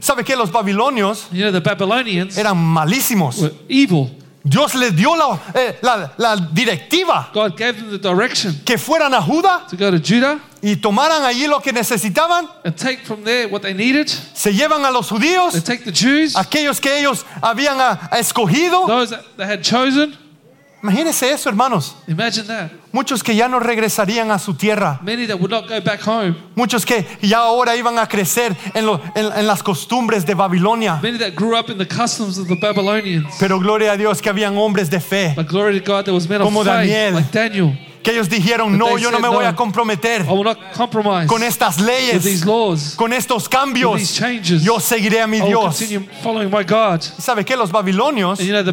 ¿sabe que Los babilonios
You know, the Babylonians
eran malísimos.
were evil.
Dios les dio la, eh, la- la directiva
God gave them the direction
que fueran a Judá
to go to Judah
y tomaran allí lo que necesitaban.
and take from there what they needed.
Se llevan a los judíos,
They take the Jews,
aquellos que ellos habían ah, escogido,
those that they had chosen,
Imagínense eso, hermanos.
Imagine that.
Muchos que ya no regresarían a su tierra.
Many that would not go back home.
Muchos que ya ahora iban a crecer en, lo- en- en las costumbres de Babilonia.
Many that grew up in the customs of the Babylonians.
Pero gloria a Dios que habían hombres de fe.
But glory to God, there was men of
Como
faith,
Daniel.
like Daniel.
Que ellos dijeron,
But
no,
they
yo no
said
me voy
no.
a comprometer
I will not compromise
con estas
with these
leyes,
laws.
con estos
with these
cambios.
changes.
Yo seguiré a mi
I will
Dios.
continue following my God.
¿Y ¿Sabe qué? Los babilonios,
And you know, the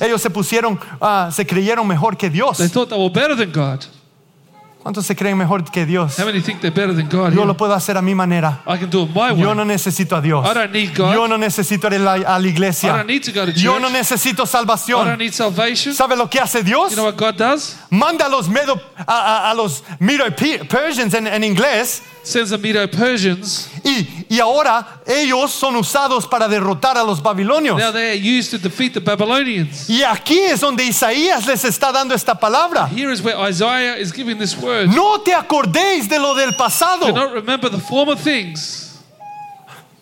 ellos se pusieron, ah, se creyeron mejor que Dios.
they thought they were better than God.
¿Cuántos se creen mejor que Dios?
How many think they're better than God?
Yo
here?
lo puedo hacer a mi manera.
I can do it my way.
Yo no necesito a Dios.
I don't need God.
Yo no necesito ir a la, a la
I
iglesia.
don't need to go to church.
Yo no necesito
I don't
salvación.
need salvation.
¿Sabe lo que hace Dios?
You know what God does?
Manda a los Medo, a, a- a los Medo Pe- Persians en, en inglés
Sends the Medo Persians.
y, y ahora ellos son usados para derrotar a los babilonios.
Now they are used to defeat the Babylonians.
Y aquí es donde Isaías les está dando esta palabra.
Here is where Isaiah is giving this word.
No te acordéis de lo del
Do
pasado.
not remember the former things.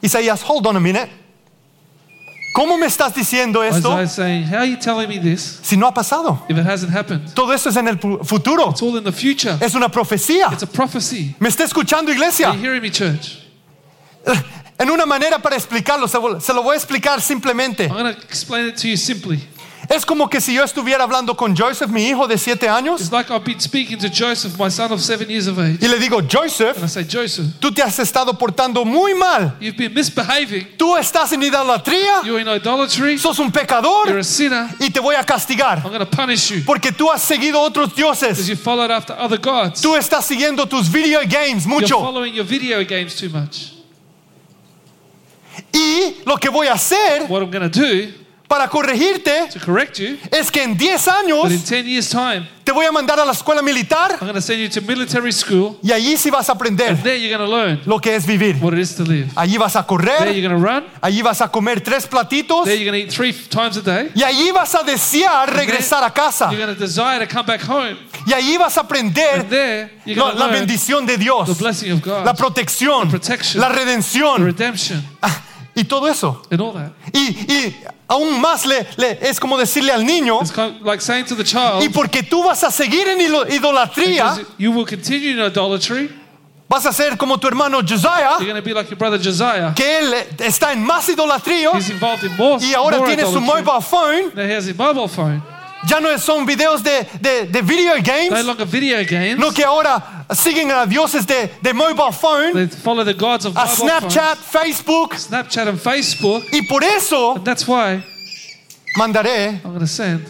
Isaías, hold on a minute. ¿Cómo me estás diciendo esto
Isaiah saying, How are you telling me this
si no ha pasado?
if it hasn't happened?
Todo esto es en el pu- futuro.
It's all in the future.
Es una profecía.
It's a prophecy.
¿Me está escuchando, iglesia?
Are you hearing me, church?
En una manera para explicarlo, se vol- se lo voy a explicar simplemente.
I'm going to explain it to you simply.
Es como que si yo estuviera hablando con Joseph, mi hijo de siete años,
It's like I've been speaking to Joseph, my son of seven years of age.
y le digo, Joseph,
And I say, Joseph,
tú te has estado portando muy mal.
you've been misbehaving.
Tú estás en idolatría,
You're in idolatry.
sos un
You're
pecador
a sinner.
y te voy a castigar
I'm going to punish you
porque tú has seguido otros
because
dioses.
you followed after other gods.
Tú estás siguiendo tus video games
You're
mucho.
following your video games too much.
Y lo que voy a hacer
What I'm going to do
para corregirte
to correct you,
es que en 10
but in
años
10 years' time,
te voy a mandar a la escuela militar
I'm going to send you to military school.
y allí sí vas a aprender
There you're going to learn
lo que es vivir.
what it is to live.
Allí vas a
There
correr,
you're going to run.
allí vas a comer tres platitos
There you're going to eat three times a day.
Y allí vas a desear regresar a casa.
You're going to desire to come back home.
Y allí vas a
And
aprender
there you're
lo-
going to
la
learn
bendición de
the
Dios,
blessing of God,
la protección,
protection,
la
the
redención
redemption,
ah, y todo eso.
and all that.
Y, y aún más le, le- es como decirle al niño,
It's kind of like saying to the child,
y porque tú vas a seguir en ilo- idolatría,
Because you will continue in idolatry.
vas a ser como tu hermano
You're
Josiah,
going to be like your brother Josiah.
que él eh, está en más idolatría
He's involved in more.
y ahora
more
tiene su
idolatry.
mobile phone,
Now he has his mobile phone.
ya no son videos de, de, de video
No
games,
longer video games.
no que ahora siguen a dioses de, de mobile phone.
They follow the gods of
a
mobile
Snapchat, Facebook.
phones. Snapchat and Facebook.
Y por eso
And that's why
mandaré
I'm going to send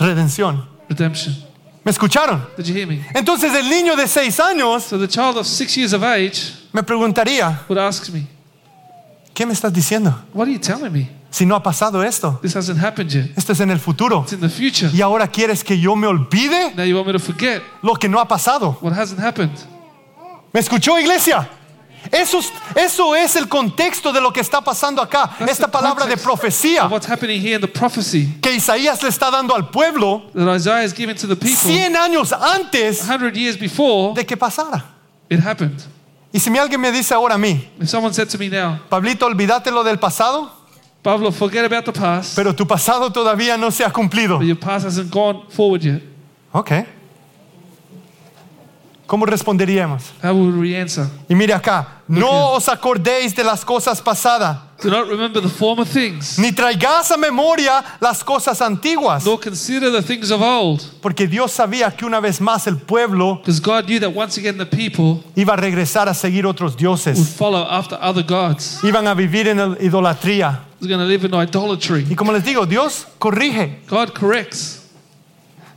redención.
redemption.
¿Me escucharon?
Did you hear me?
Entonces el niño de seis años
So the child of six years of age
me preguntaría,
would ask me,
¿qué me estás diciendo?
What are you telling me?
Si no ha pasado esto.
This hasn't happened yet.
Esto es en el futuro.
It's in the future.
¿Y ahora quieres que yo me olvide
Now you want me to forget
lo que no ha pasado?
what hasn't happened.
¿Me escuchó, iglesia? Eso es, eso es el contexto de lo que está pasando acá.
That's
Esta
the
palabra de
context
profecía
of what's happening here in the prophecy
que Isaías le está dando al pueblo
that Isaiah is giving to the people
100 años antes
100 years before
de que pasara.
it happened.
Y si me- alguien me dice ahora a mí,
If someone said to me now,
Pablito, olvídate lo del pasado,
Pablo, forget about the past,
pero tu pasado todavía no se ha cumplido.
but your past hasn't gone forward yet,
Ok. ¿Cómo responderíamos?
how would we answer?
Y mire acá, no os acordéis de las cosas pasadas,
Do not remember the former things,
ni traigáis a memoria las cosas antiguas,
nor consider the things of old,
porque Dios sabía que una vez más el pueblo
because God knew that once again the people
iba a regresar a seguir otros
would
dioses,
follow after other gods.
iban a vivir en el- idolatría.
They're going to live in idolatry.
Y como les digo, Dios corrige.
God corrects.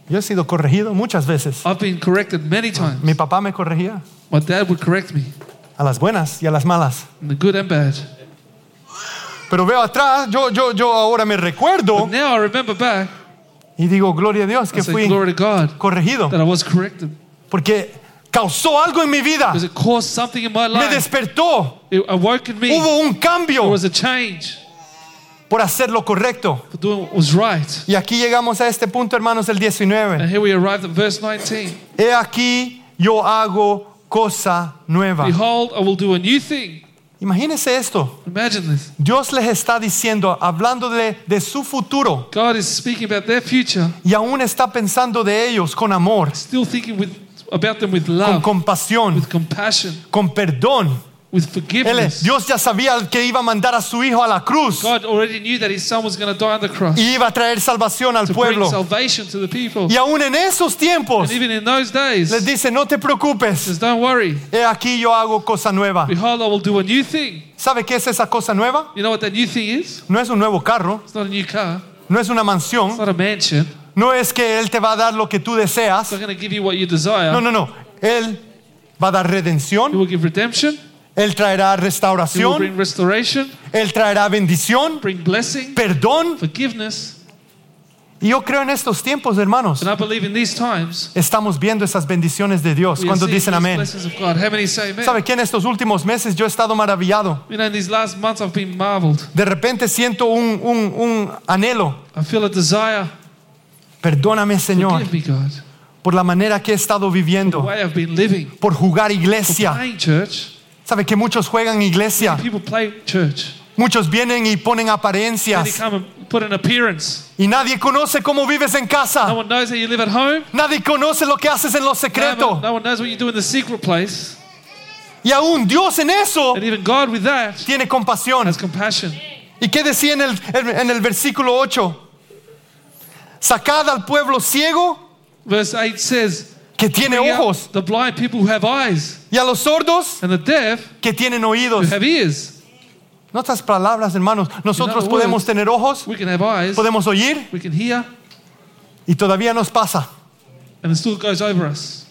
Yo he sido corregido muchas veces.
I've been corrected many times.
Mi papá me corregía
My dad would correct me,
a las buenas y a las malas.
in the good and bad.
Pero veo atrás, yo, yo, yo ahora me
But
recuerdo
now I remember back,
y digo, gloria a Dios
I
que
say,
fui
glory to God,
corregido.
that I was corrected,
Porque causó algo en mi vida.
because it caused something in my
Me
life.
despertó.
It awoke in me.
Hubo un
There
cambio
was a change
por hacer lo correcto.
for doing what was right.
Y aquí llegamos a este punto, hermanos, el 19.
And here we arrive at verse 19.
He aquí yo hago cosa nueva. Ah.
Behold, I will do a new thing.
Imagínense esto.
Imagine this.
Dios les está diciendo, hablándole de su futuro
God is speaking about their future,
y aún está pensando de ellos con amor,
still thinking with, about them with
con
love,
compasión,
with compassion,
con perdón. Él
with
es-
forgiveness.
Dios ya sabía que iba a mandar a su hijo a la cruz
God already knew that his son was going to die on the cross
y iba a traer salvación al
to bring
pueblo.
salvation to the people.
Y aún en esos tiempos
And even in those days,
les
he
dice, no te preocupes,
says, Don't worry.
he aquí yo hago cosa nueva.
Behold, I will do a new thing.
¿Sabe qué es esa cosa nueva?
You know what that new thing is?
No es un nuevo carro,
It's not a new car.
no es una
It's
mansión,
not a mansion. It's
no es que Él te va a dar lo que tú deseas.
not going to give you what you desire.
No, no, no. Él va a dar
He
redención,
will give redemption.
Él traerá
He will
restauración,
bring restoration.
Él traerá bendición,
Bring blessing.
perdón.
Forgiveness.
Y yo creo en estos tiempos, hermanos,
And I believe in these times,
estamos viendo esas bendiciones de Dios
we are
cuando
seeing these
dicen amén.
blessings of God. How many say amen?
¿Sabe que en estos últimos meses yo he estado maravillado?
You know, in these last months, I've been marveled.
De repente siento un, un- un anhelo.
I feel a desire.
Perdóname, Señor,
Forgive me, God.
por la manera que he estado
The
viviendo,
way I've been living.
por jugar iglesia.
Playing church.
¿Sabe que muchos juegan iglesia?
People play church.
Muchos vienen y ponen
Then they
apariencias
come and put an appearance.
y nadie conoce cómo vives en
No
casa.
one knows how you live at home.
Nadie conoce lo que haces en lo
No
secreto.
one, no one knows what you do in the secret place.
Y aún Dios en eso
And even God, with that,
tiene compasión.
has compassion.
¿Y qué decía en el, en el versículo 8? Sacad al pueblo ciego
Verse 8 says,
que tiene
"Bring out
ojos
The blind people who have eyes,
y a los sordos
and the deaf
que tienen
who
oídos.
have ears.
En otras palabras, hermanos, nosotros
In other words,
podemos tener ojos,
We can have eyes,
podemos oír
we can hear,
y todavía nos pasa.
and it still goes over us.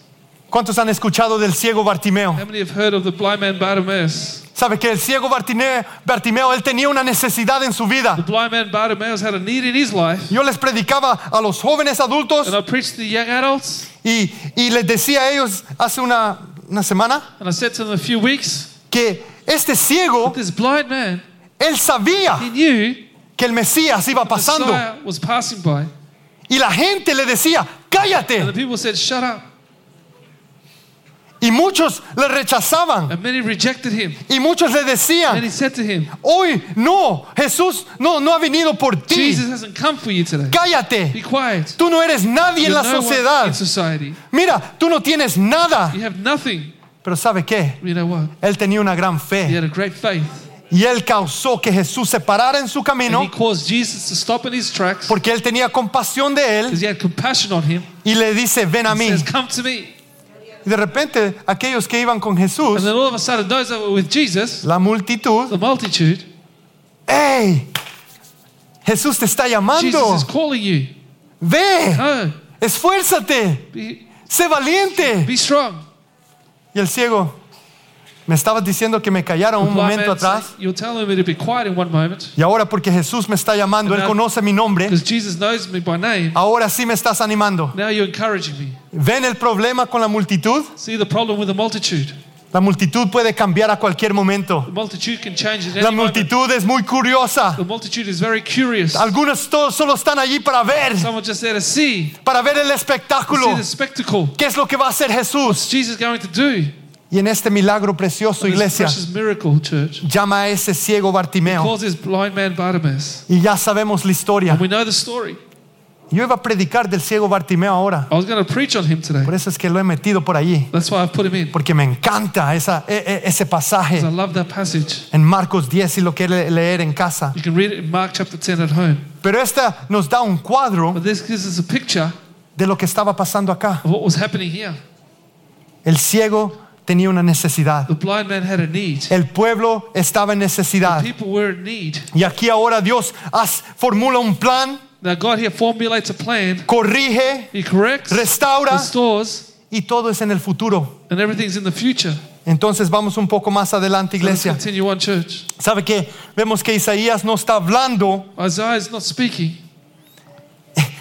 ¿Cuántos han escuchado del ciego Bartimeo?
How many have heard of the blind man Bartimaeus?
Sabe que el ciego Bartine- Bartimeo, él tenía una necesidad en su
The
vida.
blind man Bartimaeus had a need in his life,
Yo les predicaba a los jóvenes
and
adultos
I preached to the young adults,
y, y les decía a ellos hace una, una semana
and I said to them a few weeks,
que este ciego,
this blind man,
él
he
sabía
knew
que el Mesías iba pasando
Messiah was passing by,
y la gente le decía,
and the
cállate.
people said, "Shut up,"
Y muchos le rechazaban
and many rejected him.
y muchos le
And
decían,
he said to him,
hoy no, Jesús no, no ha venido por ti.
"Jesus hasn't come for you today. Be
Cállate.
quiet."
Tú no eres nadie en
You're
la
no one
sociedad.
in society.
Mira, tú no tienes nada.
You have nothing.
Pero ¿sabe qué?
You know what?
Él tenía una gran
He
fe
had a great faith.
y él causó que Jesús se parara en su
And he
camino
caused Jesus to stop in his tracks
porque él tenía compasión de él
because he had compassion on him.
y le dice, ven a
He
mí.
says, Come to me.
Y de repente aquellos que iban con
And
Jesús,
then all of a sudden, those that were with Jesus,
la multitud,
the multitude,
¡Ey! Jesús te está
Jesus is
llamando.
calling you.
Ve,
No,
esfuérzate,
be,
sé valiente.
be strong.
Y el ciego, me estabas diciendo que me callaron un
Blind
momento
man said,
atrás.
You're telling me to be quiet in one moment
Y ahora porque Jesús me está llamando, Él
Now-
conoce mi nombre,
because Jesus knows me by name.
ahora sí me estás animando.
Now you're encouraging me.
¿Ven el problema con la multitud?
See the problem with the multitude.
La multitud puede cambiar a cualquier momento.
The multitude can change at any
La
moment.
multitud es muy curiosa.
The multitude is very curious.
Algunos to- solo están allí para ver,
Someone just there to see,
para ver el
to
espectáculo.
see the spectacle.
¿Qué es lo que va a hacer Jesús?
What's Jesus going to do?
Y en este milagro precioso,
This
iglesia,
precious miracle, church.
llama a ese ciego Bartimeo.
Calls this blind man Bartimaeus.
Y ya sabemos la historia.
We know the story.
Yo iba a predicar del ciego Bartimeo ahora.
I was going to preach on him today.
Por eso es que lo he metido por allí.
That's why I've put him in.
Porque me encanta esa- e- e- ese
'Cause I
pasaje
love that passage.
en Marcos 10 si lo quiere leer en casa.
You can read it in Mark chapter 10 at home.
Pero esta nos da un cuadro
But this gives us a picture
de lo que estaba pasando acá.
of what was happening here.
El ciego tenía una necesidad.
The blind man had a need.
El pueblo estaba en necesidad.
People were in need.
Y aquí ahora Dios haz- formula un plan,
Now God here formulates a plan.
corrige,
He corrects,
restaura
restores,
y todo es en el futuro.
and everything's in the future.
Entonces vamos un poco más adelante,
Let's
iglesia.
continue on, church.
¿Sabe qué? Vemos que Isaías no está hablando
Isaiah's not speaking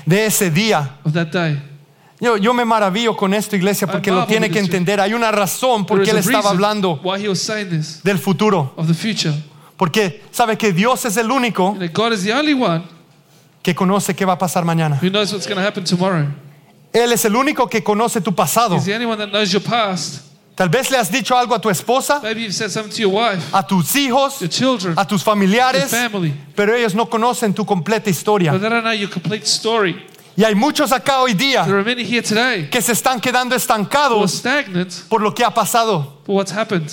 de ese día.
of that day.
Yo, yo me maravillo con esto, iglesia, porque lo tiene que entender. Hay una razón por
There
qué
is
él
a
estaba
reason
hablando
why he was saying this
del futuro.
of the future.
Porque sabe que Dios es el único
And that God is the only one
que conoce qué va a pasar mañana.
who knows what's going to happen tomorrow.
Él es el único que conoce tu pasado.
He's the only one that knows your past.
Tal vez le has dicho algo a tu esposa,
Maybe you've said something to your wife,
a tus hijos,
your children,
a tus
your
familiares,
family,
pero ellos no conocen tu completa
but
historia.
they don't know your complete story.
Y hay muchos acá hoy día
There are many here today
que se están quedando
who are
estancados
stagnant
por lo que ha pasado.
for what's happened.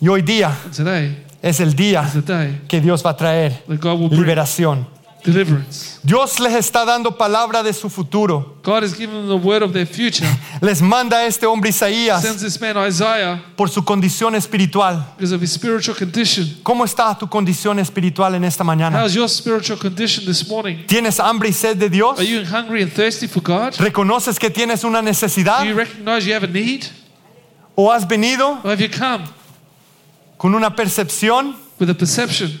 Y hoy día
And today
es el día
is the day
que Dios va a traer
that God will bring
liberación.
deliverance.
Dios les está dando palabra de su futuro.
God has given them the word of their future.
Les manda a este hombre Isaías
Sends this man Isaiah
por su condición espiritual.
because of his spiritual condition.
¿Cómo está tu condición espiritual en esta mañana?
How's your spiritual condition this morning?
¿Tienes hambre y sed de Dios?
Are you hungry and thirsty for God?
¿Reconoces que tienes una necesidad?
Do you recognize you have a need?
¿O has venido
Or have you come
con una percepción
with a perception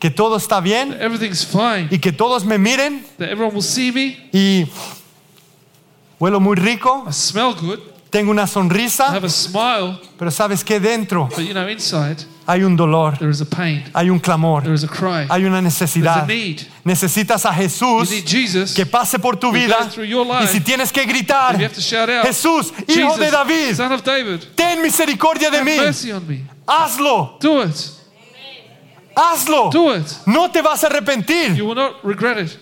que todo está bien
that everything's fine,
y que todos me miren
that everyone will see me,
y huelo muy rico,
I smell good,
tengo una
I
sonrisa,
have a smile,
pero sabes que dentro
but you know, inside
hay un dolor,
there is a pain,
hay un clamor,
there is a cry,
hay una
there's a
necesidad.
need.
Necesitas a
You
Jesús
need Jesus.
que pase por tu
We're
vida
going through your
y
life.
si tienes que gritar,
You have to shout out,
Jesús, hijo
Jesus,
de David,
son of David,
ten misericordia de
have
mí,
mercy on me.
hazlo,
Do it.
hazlo.
Do it.
No te vas a arrepentir,
You will not regret it.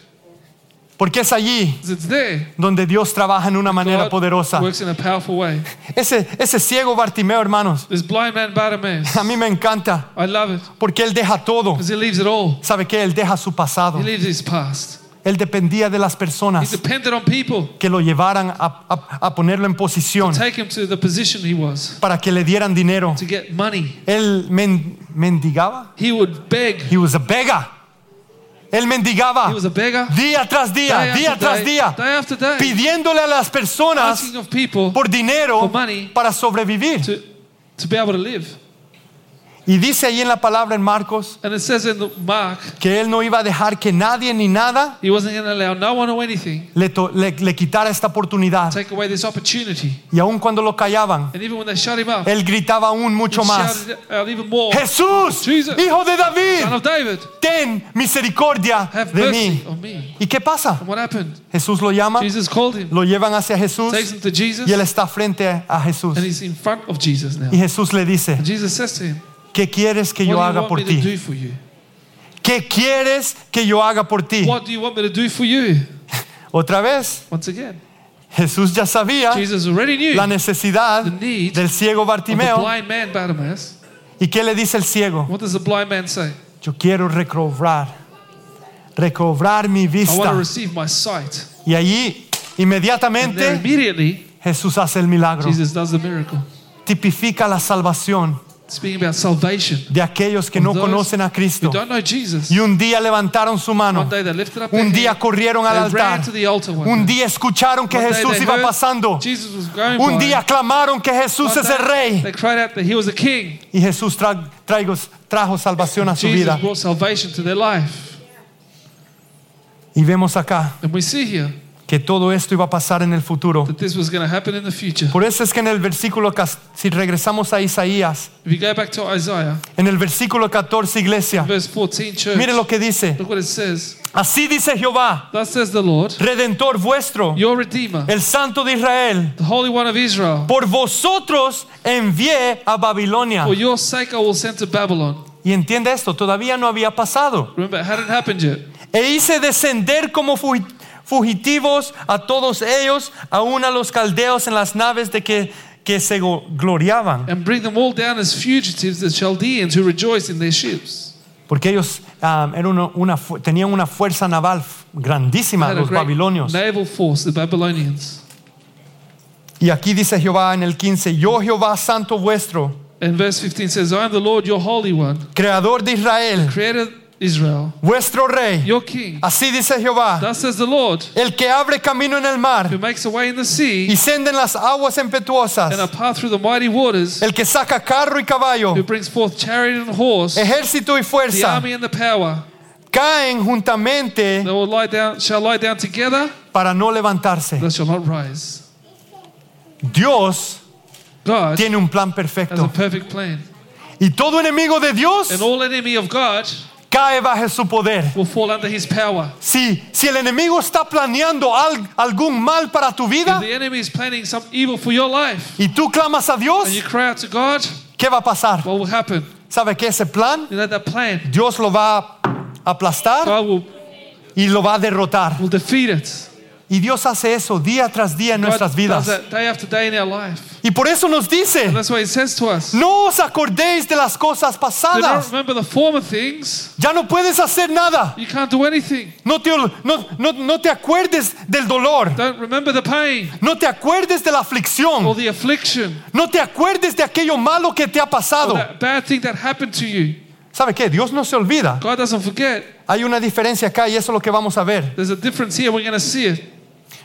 porque es allí
'cause It's there.
donde Dios trabaja en una manera
God
poderosa.
works in a powerful way.
Ese, ese ciego Bartimeo, hermanos,
This blind man Bartimaeus,
a mí me encanta,
I love it
porque él deja todo.
because he leaves it all.
¿Sabe qué? Él deja su pasado.
He leaves his past.
Él dependía de las
He
personas
depended on people.
que lo llevaran a, a- a ponerlo en posición
Take him to the position he was
para que le dieran dinero.
to get money.
Él men- mendigaba.
He would beg.
He was a beggar. Él mendigaba
He was a beggar.
día tras día,
Day
día
after
tras
day,
día,
day after day,
pidiéndole a las personas
asking of people
por dinero
for money.
para sobrevivir.
to, to be able to live.
Y dice ahí en la palabra en Marcos
And it says in the Mark,
que él no iba a dejar que nadie ni nada
he wasn't going to allow no one or anything
le, to- le- le quitara esta oportunidad.
take away this opportunity.
Y aun cuando lo callaban,
And even when they shut him up,
él gritaba aún mucho
he
más.
shouted out even more,
Jesús,
Jesus.
hijo de
Son
David,
of David,
ten misericordia
have
de
mercy
mí.
on me.
¿Y qué pasa?
And what happened?
Jesús lo llama,
Jesus called him,
lo llevan hacia Jesús
takes him to Jesus,
y él está frente a Jesús.
and he's in front of Jesus now.
Y Jesús le dice,
And Jesus says to him,
¿qué quieres que
What do you
yo haga
want
por
me to do
ti?
for you?
¿Qué quieres que yo haga por ti?
What do you want me to do for you?
Otra vez,
Once again,
Jesús ya sabía
Jesus already knew
la
of
necesidad
The need
del ciego
the
Bartimeo.
blind man Bartimaeus.
¿Y qué le dice el ciego?
What does the blind man say?
Yo quiero recobrar, recobrar mi
I want
vista.
to receive my sight.
Y allí,
And there
inmediatamente,
immediately,
Jesús hace el milagro.
Jesus does the miracle.
Tipifica la salvación
Speaking about salvation.
de aquellos que no
Those
conocen a Cristo.
Who don't know Jesus.
Y un día levantaron su mano.
One day they lifted up
Un
their
día
hand,
corrieron al
they
altar.
ran to the altar one
Un
day.
día escucharon que
One day
Jesús
they
iba
heard
pasando.
Jesus was going
Un
by.
día clamaron que Jesús
One
es el
day
rey.
They cried out that he was a king.
Y Jesús tra- traigo- trajo salvación a su
Jesus
vida.
brought salvation to their life.
Y vemos acá
And we see here
que todo esto iba a pasar en el futuro.
that this was going to happen in the future.
Por eso es que en el versículo, cas- si regresamos a Isaías,
If you go back to Isaiah,
en el versículo 14, iglesia,
verse 14, church,
mire lo que dice.
look what it says.
Así dice Jehová,
Thus says the Lord,
redentor vuestro,
your Redeemer,
el santo de Israel.
the Holy One of Israel.
Por vosotros envié a Babilonia.
For your sake I will send to Babylon.
Y entiende esto, todavía no había pasado.
Remember, it hadn't happened yet.
E hice descender como fugi- fugitivos a todos ellos, aún a los caldeos en las naves de que, que se go- gloriaban.
and bring them all down as fugitives, the Chaldeans who rejoice in their ships.
Porque ellos ah, eran una, una fu- tenían una fuerza naval f-
They
grandísima,
had a
los
great
babilonios.
naval force, the Babylonians.
Y aquí dice Jehová en el 15, yo Jehová santo vuestro,
And verse 15 says, I am the Lord your Holy One,
creador de Israel,
creator Israel,
vuestro rey.
your King.
Así dice Jehová,
Thus says the Lord,
el que abre camino en el mar
who makes a way in the
y
sea
senda en las aguas
and a
impetuosas,
path through the mighty waters,
el que saca carro y caballo,
who brings forth chariot and horse,
ejército y
the
fuerza,
army and the power.
caen juntamente
They will lie down, shall lie down together,
para no levantarse.
they shall not rise.
Dios
God
tiene un plan
has a
perfecto.
perfect plan.
Y todo enemigo de Dios
And all enemy of God
cae bajo su poder.
will fall under his power.
Si, si el enemigo está planeando al- algún mal para tu vida
If the enemy is planning some evil for your life
y tú clamas a Dios,
and you cry out to God,
¿qué va a pasar?
what will happen?
¿Sabe que ese plan
You know, that plan,
Dios lo va a aplastar
God will,
y lo va a derrotar?
will defeat it.
Y Dios hace eso día tras día en
God
nuestras
does
vidas.
that day after day in our life.
Y por eso nos dice,
And that's why he says to us,
no os acordéis de las cosas
do not
pasadas.
remember the former things.
Ya no puedes hacer nada.
You can't do anything.
No te, ol- no- no- no te acuerdes del dolor.
Don't remember the pain
No te acuerdes de la
or
aflicción.
the affliction
No te acuerdes de aquello malo que te ha
or
pasado.
that bad thing that happened to you.
¿Sabe qué? Dios no se olvida.
God doesn't forget.
Hay una diferencia acá y eso es lo que vamos a ver.
There's a difference here. We're going to see it.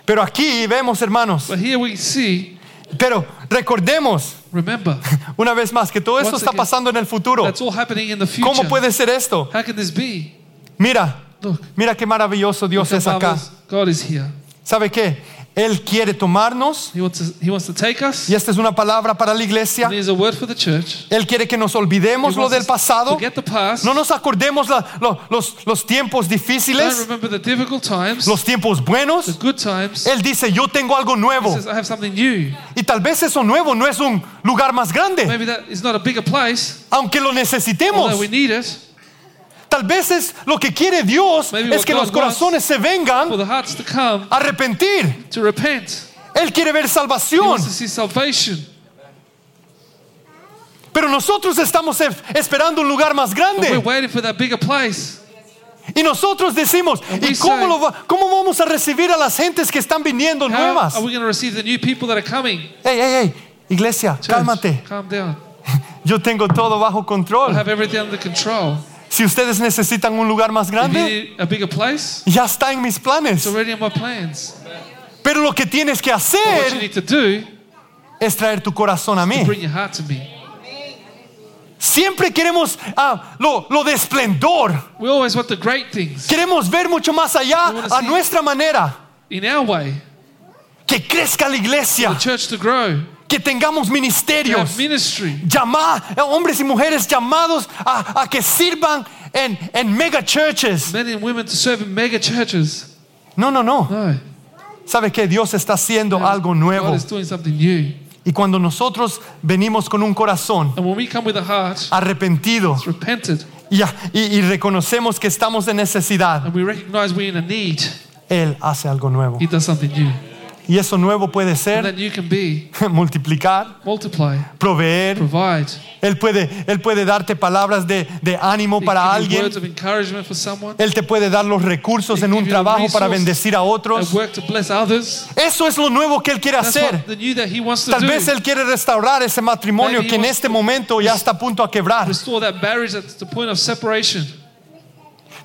Pero aquí vemos, hermanos.
But here we see,
Pero recordemos
remember,
una vez más que todo esto
Once
está
again,
pasando en el futuro.
that's all happening in the future.
¿Cómo puede ser esto?
How can this be?
Mira,
Look,
mira qué maravilloso Dios
the
es acá.
marvelous God is here.
¿Sabe qué? Él quiere tomarnos,
He wants to, he wants to take us.
y esta es una palabra para la iglesia.
And here's a word for the church.
Él quiere que nos
He
olvidemos lo
wants
del
us
pasado.
Forget the past.
No nos acordemos la- lo- los, los tiempos
Don't
difíciles,
remember the difficult times,
los tiempos
the
buenos.
good times.
Él dice, yo tengo algo
He
nuevo.
says, I have something new.
Y tal vez eso nuevo no es un lugar más grande,
Maybe that is not a bigger place,
aunque lo
although
necesitemos.
we need it,
Tal vez es lo que quiere Dios
Maybe
es
what
que
God
los corazones se vengan
for the hearts to come
a arrepentir.
to repent.
Él quiere ver
He
salvación.
wants to see salvation.
Pero nosotros estamos e- esperando un lugar más
But we're
grande.
waiting for that bigger place.
Y nosotros decimos,
we
¿y cómo,
say-
lo va- cómo vamos a recibir a las gentes que están viniendo
How
nuevas?
are we going to receive the new people that are coming?
Hey, hey, hey, iglesia,
Church,
cálmate.
Calm down.
Yo tengo todo bajo
I
control.
have everything under control.
Si ustedes necesitan un lugar más
If you
grande,
need a bigger place,
ya está en mis
it's
planes.
already in my plans.
Pero lo que tienes que
What you
hacer
need to do,
es traer tu corazón a mí.
bring your heart to me.
Siempre queremos ah, lo, lo de esplendor.
We always want the great things
Queremos ver mucho más allá
wanna
a
see-
nuestra manera.
in our way.
Que crezca la
The
iglesia,
church to grow,
que tengamos
to
ministerios.
have ministry.
Llama- eh, hombres y mujeres llamados a, a que sirvan en, en mega churches.
Men and women to serve in mega churches.
No, no, no.
No.
¿Sabe que Dios está haciendo algo
God
nuevo.
is doing something new.
Y cuando nosotros venimos con un corazón
And when we come with a heart
arrepentido
that's repented
y, a- y- y reconocemos que estamos en necesidad,
and we recognize we're in a need,
Él hace algo nuevo.
He does something new.
Y eso nuevo puede
And
ser
then you can be,
multiplicar,
multiply,
proveer.
provide.
Él puede, él puede darte palabras de, de ánimo
He
para
can give you
alguien.
words of encouragement for someone,
Él te puede dar los recursos
He
en un
can give you
trabajo para
resources.
bendecir a
and
otros.
work to bless others.
Eso es lo nuevo que Él quiere
That's
hacer.
what the new that He wants to
Tal
do.
vez Él quiere restaurar ese matrimonio
Maybe he
que en
wants
este
to Pues,
momento ya está a punto a quebrar.
Restore that marriage that's the point of separation.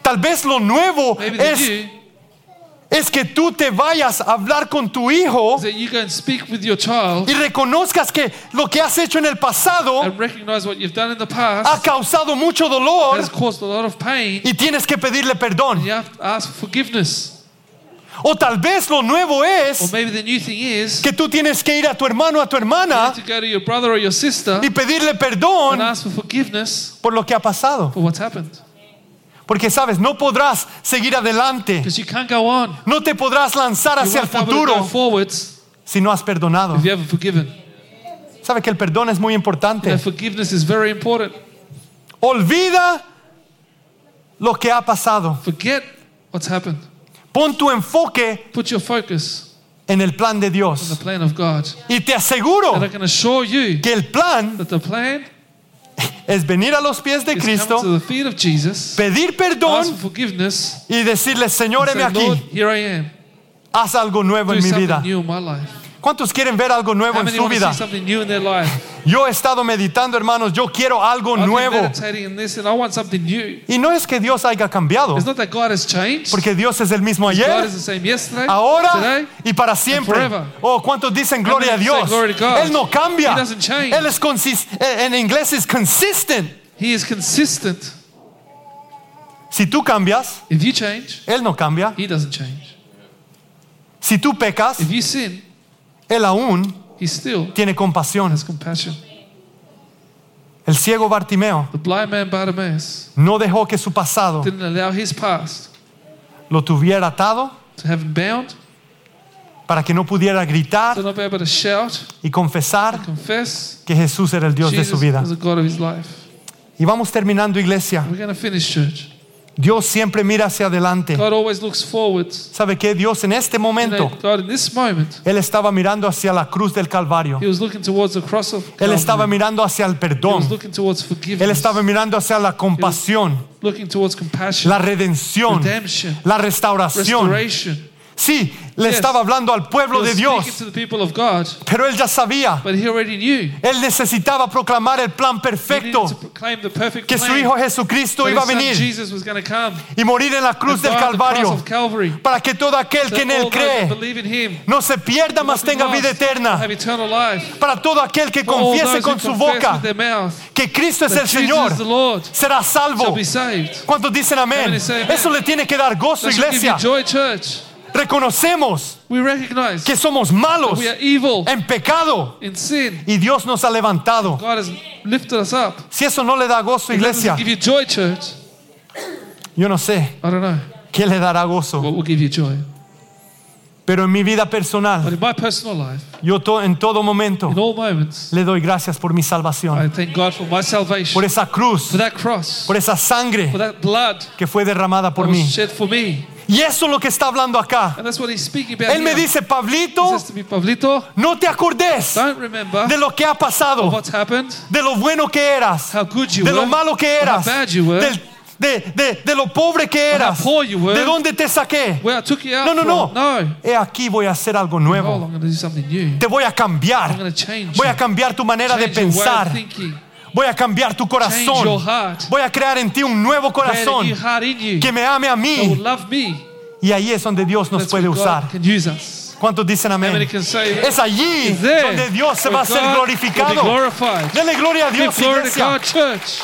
Tal vez lo nuevo
Maybe the
es,
new
es que tú te vayas a hablar con tu hijo
is that you go and speak with your child
y reconozcas que lo que has hecho en el pasado
and recognize what you've done in the past
ha causado mucho
has
dolor
caused a lot of pain.
y tienes que pedirle perdón.
You have to ask for forgiveness.
O tal vez lo nuevo
Or
es
maybe the new thing is
que tú tienes que ir a tu hermano o a tu
you
hermana
need to go to your brother or your sister
y pedirle
and
perdón
ask for forgiveness
por lo que ha pasado.
for what's happened.
Porque sabes, no podrás seguir adelante.
Because you can't go on. You
No te podrás lanzar hacia el
won't be able to
futuro
go forwards
si no has perdonado.
if you haven't forgiven.
Sabe que el perdón es muy importante.
And forgiveness is very important.
Olvida lo que ha pasado.
Forget what's happened.
Pon tu enfoque
Put your focus
en el plan de
on
Dios.
the plan of God.
Y te aseguro
And I can assure you
que el plan
that the plan
es venir a los pies de
is come
Cristo,
to the feet of Jesus,
pedir
ask
perdón
for forgiveness,
y decirle, Señor,
and
heme
say, Lord,
aquí,
here I am.
haz algo nuevo
Do
en mi
something
vida.
new in my life.
¿Cuántos quieren ver algo nuevo
How
en
many
su
want to
vida?
see something new in their life?
Yo he estado meditando, hermanos, yo quiero algo
I've been
nuevo.
meditating in this and I want something new.
Y no es que Dios haya cambiado,
It's not that God has changed.
porque Dios es el mismo
God
ayer,
is the same yesterday,
ahora
today.
y para siempre.
forever.
Oh, ¿cuántos dicen gloria a
many say
Dios?
glory to God?
Él no cambia.
He doesn't change.
Él es consis- eh, en inglés es consistent.
He is consistent.
Si tú cambias,
If you change,
él no cambia.
he doesn't change.
Si tú pecas,
If you sin,
él aún
he still
tiene compasión.
has compassion.
El ciego Bartimeo
The blind man Bartimaeus
no dejó que su pasado
didn't allow his past
lo tuviera atado
to have him bound,
para que no pudiera
to
gritar
not be able to shout,
y confesar
confess.
que Jesús era el Dios de su
Jesus
vida.
was the God of his life.
Y vamos terminando, iglesia.
We're going to finish church.
Dios siempre mira hacia adelante.
God always looks forwards.
¿Sabe qué? Dios en este
You know,
momento,
God, in this moment,
Él estaba mirando hacia la cruz del Calvario.
He was looking towards the cross of
Él
Calvary.
estaba mirando hacia el
He was
perdón.
looking towards
Él
forgiveness.
estaba mirando hacia la compasión,
Looking towards compassion,
la redención,
redemption,
la restauración.
restoration.
Sí, le
Yes.
estaba hablando al
He
pueblo
was
de
speaking
Dios,
to the people of God,
pero Él ya sabía.
but He already knew.
Él necesitaba proclamar el plan
He needed to
perfecto
proclaim the perfect
que su
plan.
Hijo Jesucristo
that
iba a
his son
venir
Jesus was going to come.
y morir en la cruz
and die
del
on the cross
Calvario
of Calvary.
para que todo aquel que en
That
Él
all those who
cree
believe in Him
no se pierda, mas tenga vida eterna.
have eternal life.
Para todo aquel que
For all
confiese
those
con
who
su
confess
boca
with their mouth
que Cristo es
that
el
Jesus
Señor,
is the Lord
será
shall
salvo.
be saved.
¿Cuántos dicen amén?
Amen, say amen.
Eso le tiene que dar gozo,
That should give
iglesia.
you joy, church.
Reconocemos
We recognize
que Eh.
that
somos malos
we are evil
en pecado
in sin.
y Dios nos ha levantado.
God has lifted us up.
Si eso no le da gozo,
If that doesn't
iglesia,
give you joy, church.
yo no sé
I don't know
qué le dará gozo.
what will give you joy.
Pero en mi vida
But
personal,
in my personal life,
yo to- en todo momento
in all moments,
le doy gracias por mi salvación,
I thank God for my salvation,
por esa
for
cruz,
that cross,
por esa sangre
for that blood
que fue derramada por
that
mí.
was shed for me.
Y eso es lo que está hablando acá.
And that's what he's speaking about.
Él me
here.
dice,
He
Pablito,
says to me, Pablito,
no te acordes
don't remember
de lo que ha pasado,
what's happened,
de lo bueno que eras,
how good you
de
were,
lo malo que
or
eras,
how bad you were,
del- de, de- de lo pobre que
or how
eras,
poor you were,
de dónde te saqué.
where I took you out
No, no,
from.
no.
No.
He aquí voy a hacer algo
Oh,
nuevo.
I'm going to do something new.
Te voy a
I'm
cambiar.
going to change
Voy
you.
a cambiar tu manera de
change your way of
pensar.
thinking.
Voy a cambiar tu
Change your
corazón.
heart.
Voy a crear en ti un nuevo
Create a new
corazón
heart in you
que me ame a
that will
mí.
love me.
Y ahí es donde Dios nos
That's
puede
where God
usar.
can use us.
¿Cuántos dicen
How many
amén?
can say
Es allí
It's there
donde Dios se
where
va a ser
God will be
glorificado.
glorified.
Dele gloria a
Give
Dios,
glory to
iglesia.
God, church.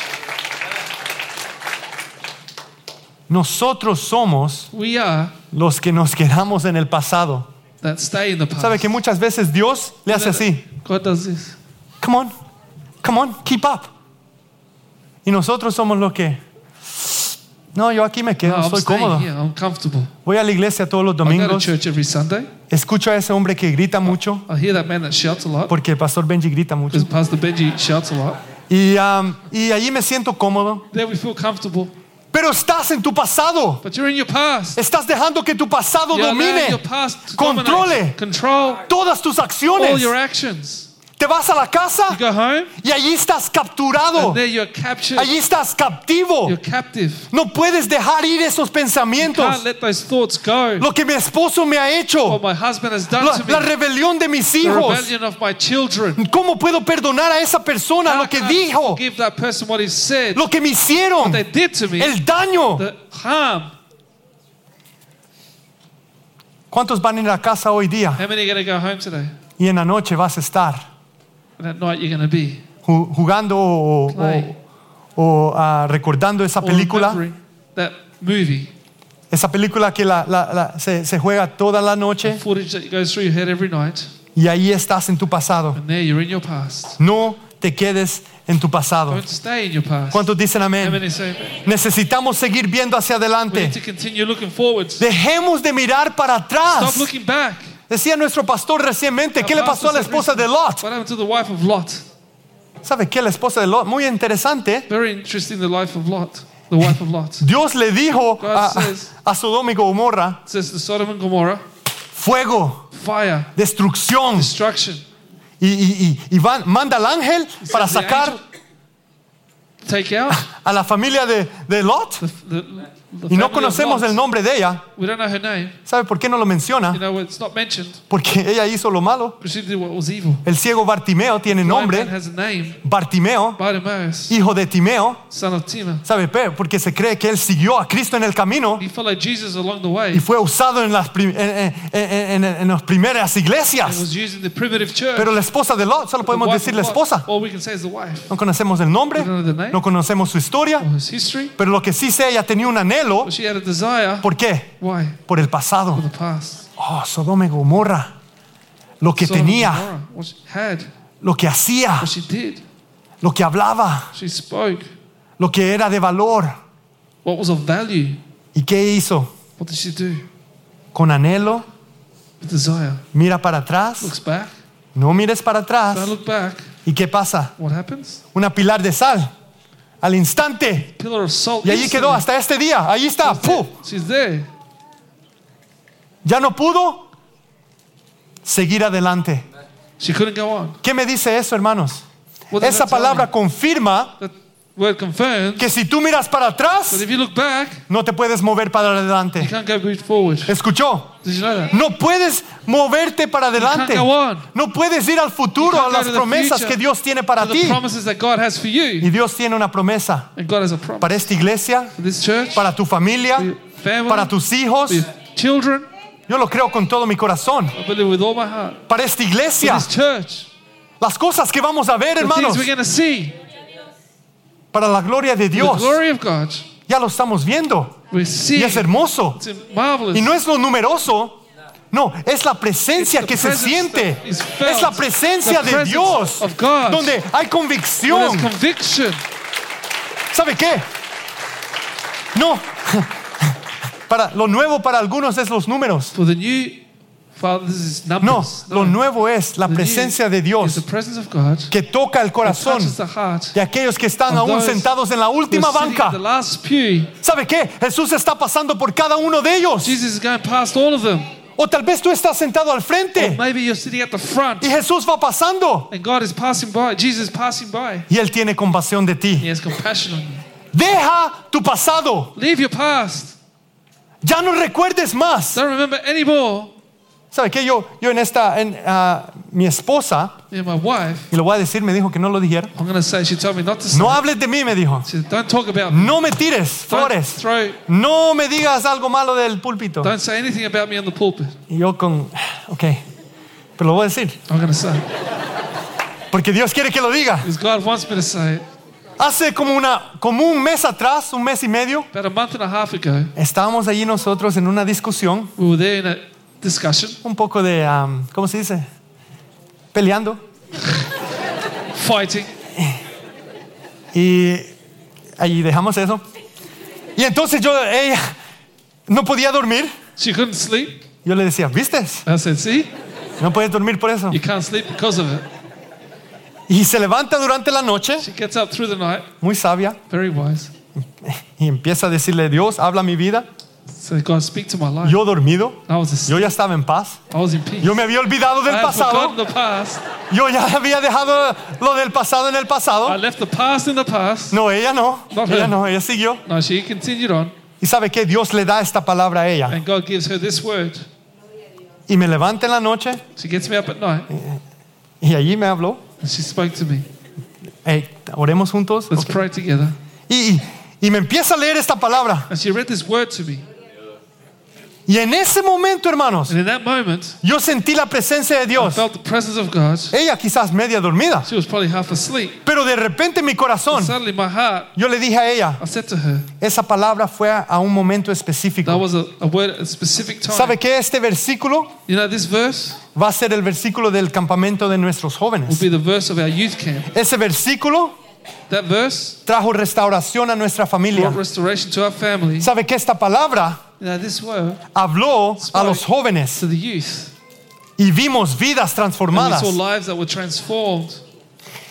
Nosotros somos
We are
los que nos quedamos en el pasado.
that stay in the past.
¿Sabe que muchas veces Dios le hace así?
God does this.
Come on, come on, keep up. Y nosotros somos los que... No, yo aquí me
No,
quedo,
I'm
estoy
staying
cómodo.
here. I'm comfortable.
Voy a la iglesia todos los
I go to
domingos.
church every Sunday.
Escucho a ese hombre que grita mucho,
I hear that man that shouts a lot
porque el pastor Benji grita mucho.
because Pastor Benji shouts a lot.
Y, um, y allí me siento cómodo.
There we feel comfortable.
Pero estás en tu pasado.
But you're in your past.
Estás dejando que tu pasado
You're allowing
domine,
your past to
controle
dominate, control
todas tus
all
acciones.
Oh, your actions.
Te vas a la
You
casa
go home,
y allí estás capturado.
and there you're captured.
Allí estás captivo.
You're captive.
No puedes dejar ir esos
Can't
pensamientos.
let those thoughts go.
Lo que mi esposo me ha
What
hecho.
my husband has done
La,
to me.
la rebelión de mis
the
hijos.
rebellion of my children.
¿Cómo puedo perdonar a esa persona
How
lo que
can I
dijo?
Give that person what he said.
Lo que me
what
hicieron.
they did to me.
El daño.
the harm.
¿Cuántos van a ir a casa hoy día?
How many are going to go home today?
Y en la noche vas a estar
And at night you're going to be.
ju- jugando o, o-
Play.
o, ah, recordando esa
or
película.
remembering That movie.
Esa película que la- la- la- se, se juega toda la noche
Footage that goes through your head every night.
y ahí estás en tu pasado.
And there you're in your past.
No te quedes en tu pasado.
Don't stay in your past.
¿Cuántos dicen
How
amén?
many say
Necesitamos seguir viendo hacia
we need
adelante.
to continue looking forwards?
Dejemos de mirar para
Stop
atrás.
looking back.
Decía nuestro pastor recientemente, ¿qué le pasó a la esposa de Lot?
What happened to the wife of Lot?
¿Sabe qué? La esposa de Lot, muy interesante.
Very interesting, the life of Lot. The wife of Lot.
Dios le dijo
God
a,
says-
a Sodoma y Gomorra,
It says to Sodom and Gomorrah,
fuego,
fire,
destrucción.
destruction.
Y, y- y- y van- manda al ángel para
The
sacar
angel Take out
a la familia de, de Lot.
the,
Y
the, the
no
family of
conocemos
Lot.
el nombre de ella.
We don't know her name.
¿Sabe por qué no lo
You
menciona?
know, it's not mentioned
Porque ella hizo lo malo.
because she did what was evil.
El ciego Bartimeo tiene
Blind man
nombre.
has a name,
Bartimeo,
Bartimaeus,
hijo de Timeo.
son of Tima.
¿Sabe? pe? Porque se cree que él siguió a Cristo en el camino
He followed Jesus along the
y
way.
fue usado en las, prim- en, en- en- en- en las primeras
He
iglesias.
was using the primitive church.
Pero la esposa de Lot, solo
the
podemos
wife
decir
of
la
Lot.
esposa.
All we can say is the wife.
No conocemos el nombre,
We don't know the name.
no conocemos su historia.
Or his history.
Pero lo que sí sé, ella tenía un anhelo.
But she had a desire.
¿Por qué?
Why?
Por el pasado.
For the past.
Oh, Sodoma y Gomorra. Lo que
Sodom and
tenía,
Gomorrah, What she had.
lo que hacía,
What she did.
lo que hablaba,
She spoke.
lo que era de valor.
What was of value?
¿Y qué hizo?
What did she do?
Con anhelo,
With desire.
mira para atrás,
Looks back.
no mires para
Don't
atrás.
look back.
¿Y qué pasa?
What happens?
Una pilar de sal. Al instante.
Pillar of salt.
Y allí quedó
instantly.
hasta este día. Ahí está. ¡Fu!
She's there.
Ya no pudo seguir adelante.
She couldn't go on.
¿Qué me dice eso, hermanos?
What does
Esa
that tell
palabra confirma
me? That word confirmed.
que si tú miras para
But
atrás,
if you look back,
no te puedes mover para
you
adelante.
can't go forward.
¿Escuchó?
Did you know that?
No puedes moverte para adelante.
go on.
No puedes ir al futuro,
You
a
can't
las
go to the
promesas
future,
que Dios tiene para
The
ti.
promises that God has for you.
Y Dios tiene una promesa
And God has a promise.
para esta iglesia,
For this church,
para tu familia,
for your family,
para tus hijos.
for your children.
Yo lo creo con todo mi corazón.
I believe with all my heart.
Para esta
For
iglesia,
this church.
las cosas que vamos a ver,
The
hermanos,
things we're going to see.
para la gloria de
The
Dios,
glory of God.
ya lo estamos viendo.
We're
Y
seeing.
es hermoso.
It's marvelous.
Y no es lo numeroso, no, es la presencia
It's the
que se
presence
siente.
that is felt.
Es la presencia
The
de
presence
Dios,
of God.
donde hay
Well,
convicción.
there's conviction.
¿Sabe qué? No. Para, lo nuevo para algunos es los números.
For the new Father, this is
No,
numbers.
lo nuevo es la
The new
presencia de
is
Dios
the presence of God.
que toca el corazón
touches the heart.
de aquellos que están
of
aún
those
sentados en la última
We're sitting at
banca.
The last pew.
¿Sabe qué? Jesús está pasando por cada uno de ellos.
Jesus is going past all of them.
O tal vez tú estás sentado al frente
Maybe you're sitting at the front
y Jesús va pasando.
and God is passing by. Jesus is passing by.
Y Él tiene compasión de ti.
He has compassion on you.
Deja tu pasado.
Leave your past.
Ya no recuerdes más.
Don't remember anymore.
¿Sabe qué? Yo, yo en esta, en, ah, mi esposa,
Yeah, my wife,
y lo voy a decir, me dijo que no lo dijera.
I'm going to say, she told me not to say.
No hables de mí, me dijo.
She said, don't talk about me.
No me tires
Don't,
flores.
throw,
No me digas algo malo del púlpito.
don't say anything about me on the pulpit.
Y yo con, ok, pero lo voy a decir,
I'm going to say. it.
porque Dios quiere que lo diga.
Because God wants me to say it.
Hace como, una, como un mes atrás, un mes y medio,
About a month and a half ago,
estábamos allí nosotros en una discusión,
we were there in a discussion,
un poco de, am, ¿cómo se dice? Peleando.
fighting.
Y ahí dejamos eso. Y entonces yo, ella no podía dormir.
She couldn't sleep.
Yo le decía, ¿vistes?
I said, see,
No puedes dormir por eso.
you can't sleep because of it.
Y se levanta durante la noche,
She gets up through the night,
muy sabia,
very wise.
y empieza a decirle, Dios, habla mi vida.
So God, speak to my life.
Yo dormido,
I was asleep.
yo ya estaba en paz.
I was in peace.
Yo me había olvidado
I
del
had forgotten
pasado.
the past.
Yo ya había dejado lo del pasado en el
I
pasado.
left the past in the past.
No, ella no.
No,
Ella
no.
no, ella siguió.
No, she continued on,
Y sabe que Dios le da esta palabra a ella.
and God gives her this word.
Y me levanta en la noche
She gets me up at night,
y allí me habló.
and she spoke to me.
Hey, oremos juntos.
Let's pray together.
Y, y- y me empieza a leer esta palabra.
And she read this word to me.
Y en ese momento, hermanos,
And in that moment,
yo sentí la presencia de
I
Dios.
felt the presence of God.
Ella quizás media dormida.
She was probably half asleep.
Pero de repente mi corazón,
Suddenly, my heart,
yo le dije a ella,
I said to her,
esa palabra fue a un momento
that
específico.
was a, a word at a specific time.
¿Sabe que Este versículo
You know, this verse
va a ser el versículo del campamento de nuestros
will
jóvenes.
be the verse of our youth camp.
Ese versículo
That verse
trajo restauración a nuestra familia.
brought restoration to our family.
¿Sabe que Esta palabra
You know, this word
habló a los
to
jóvenes
the youth.
y vimos vidas
And we
transformadas.
saw lives that were transformed.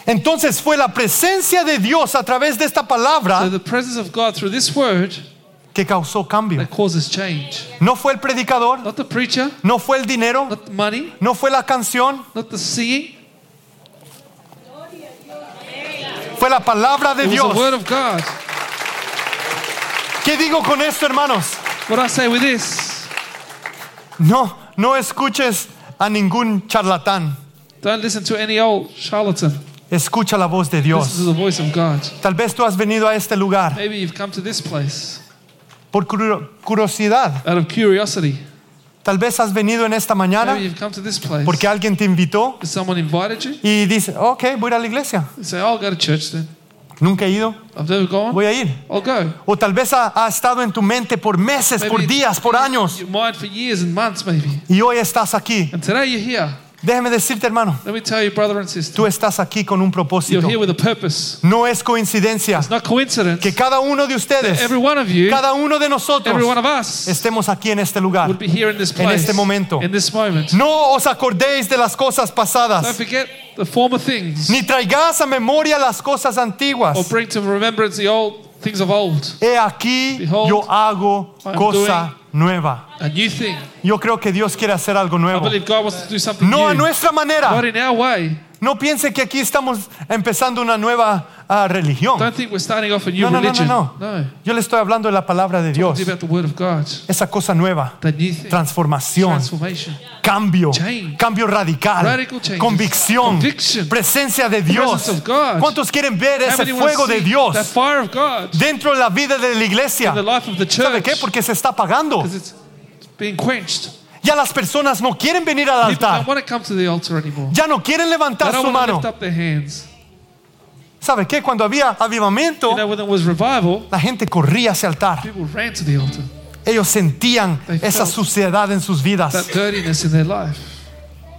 Entonces fue la presencia de Dios a través de esta
So
palabra
the presence of God through this word
que causó cambio.
that causes change.
No fue el predicador,
Not the preacher,
no fue el dinero,
not the money,
no fue la canción,
not the singing.
fue la palabra de
It was
Dios.
the word of God.
¿Qué digo con esto, hermanos?
What I say with this,
No, no escuches a ningún charlatán.
don't listen to any old charlatan.
Escucha la voz de
Listen
Dios.
to the voice of God.
Tal vez tú has venido a este lugar
Maybe you've come to this place
por curu- curiosidad.
out of curiosity.
Tal vez has venido en esta mañana
Maybe you've come to this place
porque alguien te invitó
because someone invited you.
y dice, ok, voy a ir a la iglesia.
You say, oh, I'll go to church then.
Nunca he ido,
I've never gone.
voy a ir.
I'll go.
O tal vez ha, ha estado en tu mente por meses, por
Maybe
días, por años.
Your mind for years and months, maybe.
Y hoy estás aquí.
And today you're here.
Déjeme decirte, hermano,
Let me tell you, brother and sister,
tú estás aquí con un
you're
propósito.
here with a purpose.
No es coincidencia
It's not coincidence.
que cada uno de ustedes,
Every one of you,
cada uno de nosotros,
every one of us,
estemos aquí en este lugar.
would be here in this
En
place,
este momento.
in this moment.
No os acordéis de las cosas
Don't
pasadas,
forget the former things,
ni traigáis a memoria las cosas
or
antiguas.
bring to remembrance the old things of old,
He aquí
Behold,
yo hago
I'm
cosa nueva.
a new thing.
Yo creo que Dios quiere hacer algo
I
nuevo.
believe God wants to do something
No a
new,
nuestra manera.
not in our way.
No piense que aquí estamos empezando una nueva ah, religión.
Don't think we're starting off a new
No, no, no, no,
religion.
no. Yo le estoy hablando de la palabra de Dios.
It's about the Word of God,
Esa cosa nueva.
the new thing,
Transformación.
transformation.
Cambio.
Change.
Cambio radical.
Radical changes.
Convicción.
Conviction.
Presencia de Dios.
Presence of God.
¿Cuántos quieren ver
Have
ese
anyone
fuego de
seen That
Dios
fire of God in
dentro de la vida de la iglesia?
the life of the
¿Sabe
church.
qué? Porque se está apagando.
Because it's being quenched.
Ya las personas no quieren venir al
People
altar.
don't want to come to the altar anymore.
Ya no quieren
They
levantar
don't
su
want
mano.
to lift up their hands.
¿Sabe qué? Cuando había avivamiento,
You know, when there was revival,
la gente corría hacia el altar.
people ran to the altar.
Ellos sentían
They
esa
felt-
suciedad en sus
That
vidas.
dirtiness in their life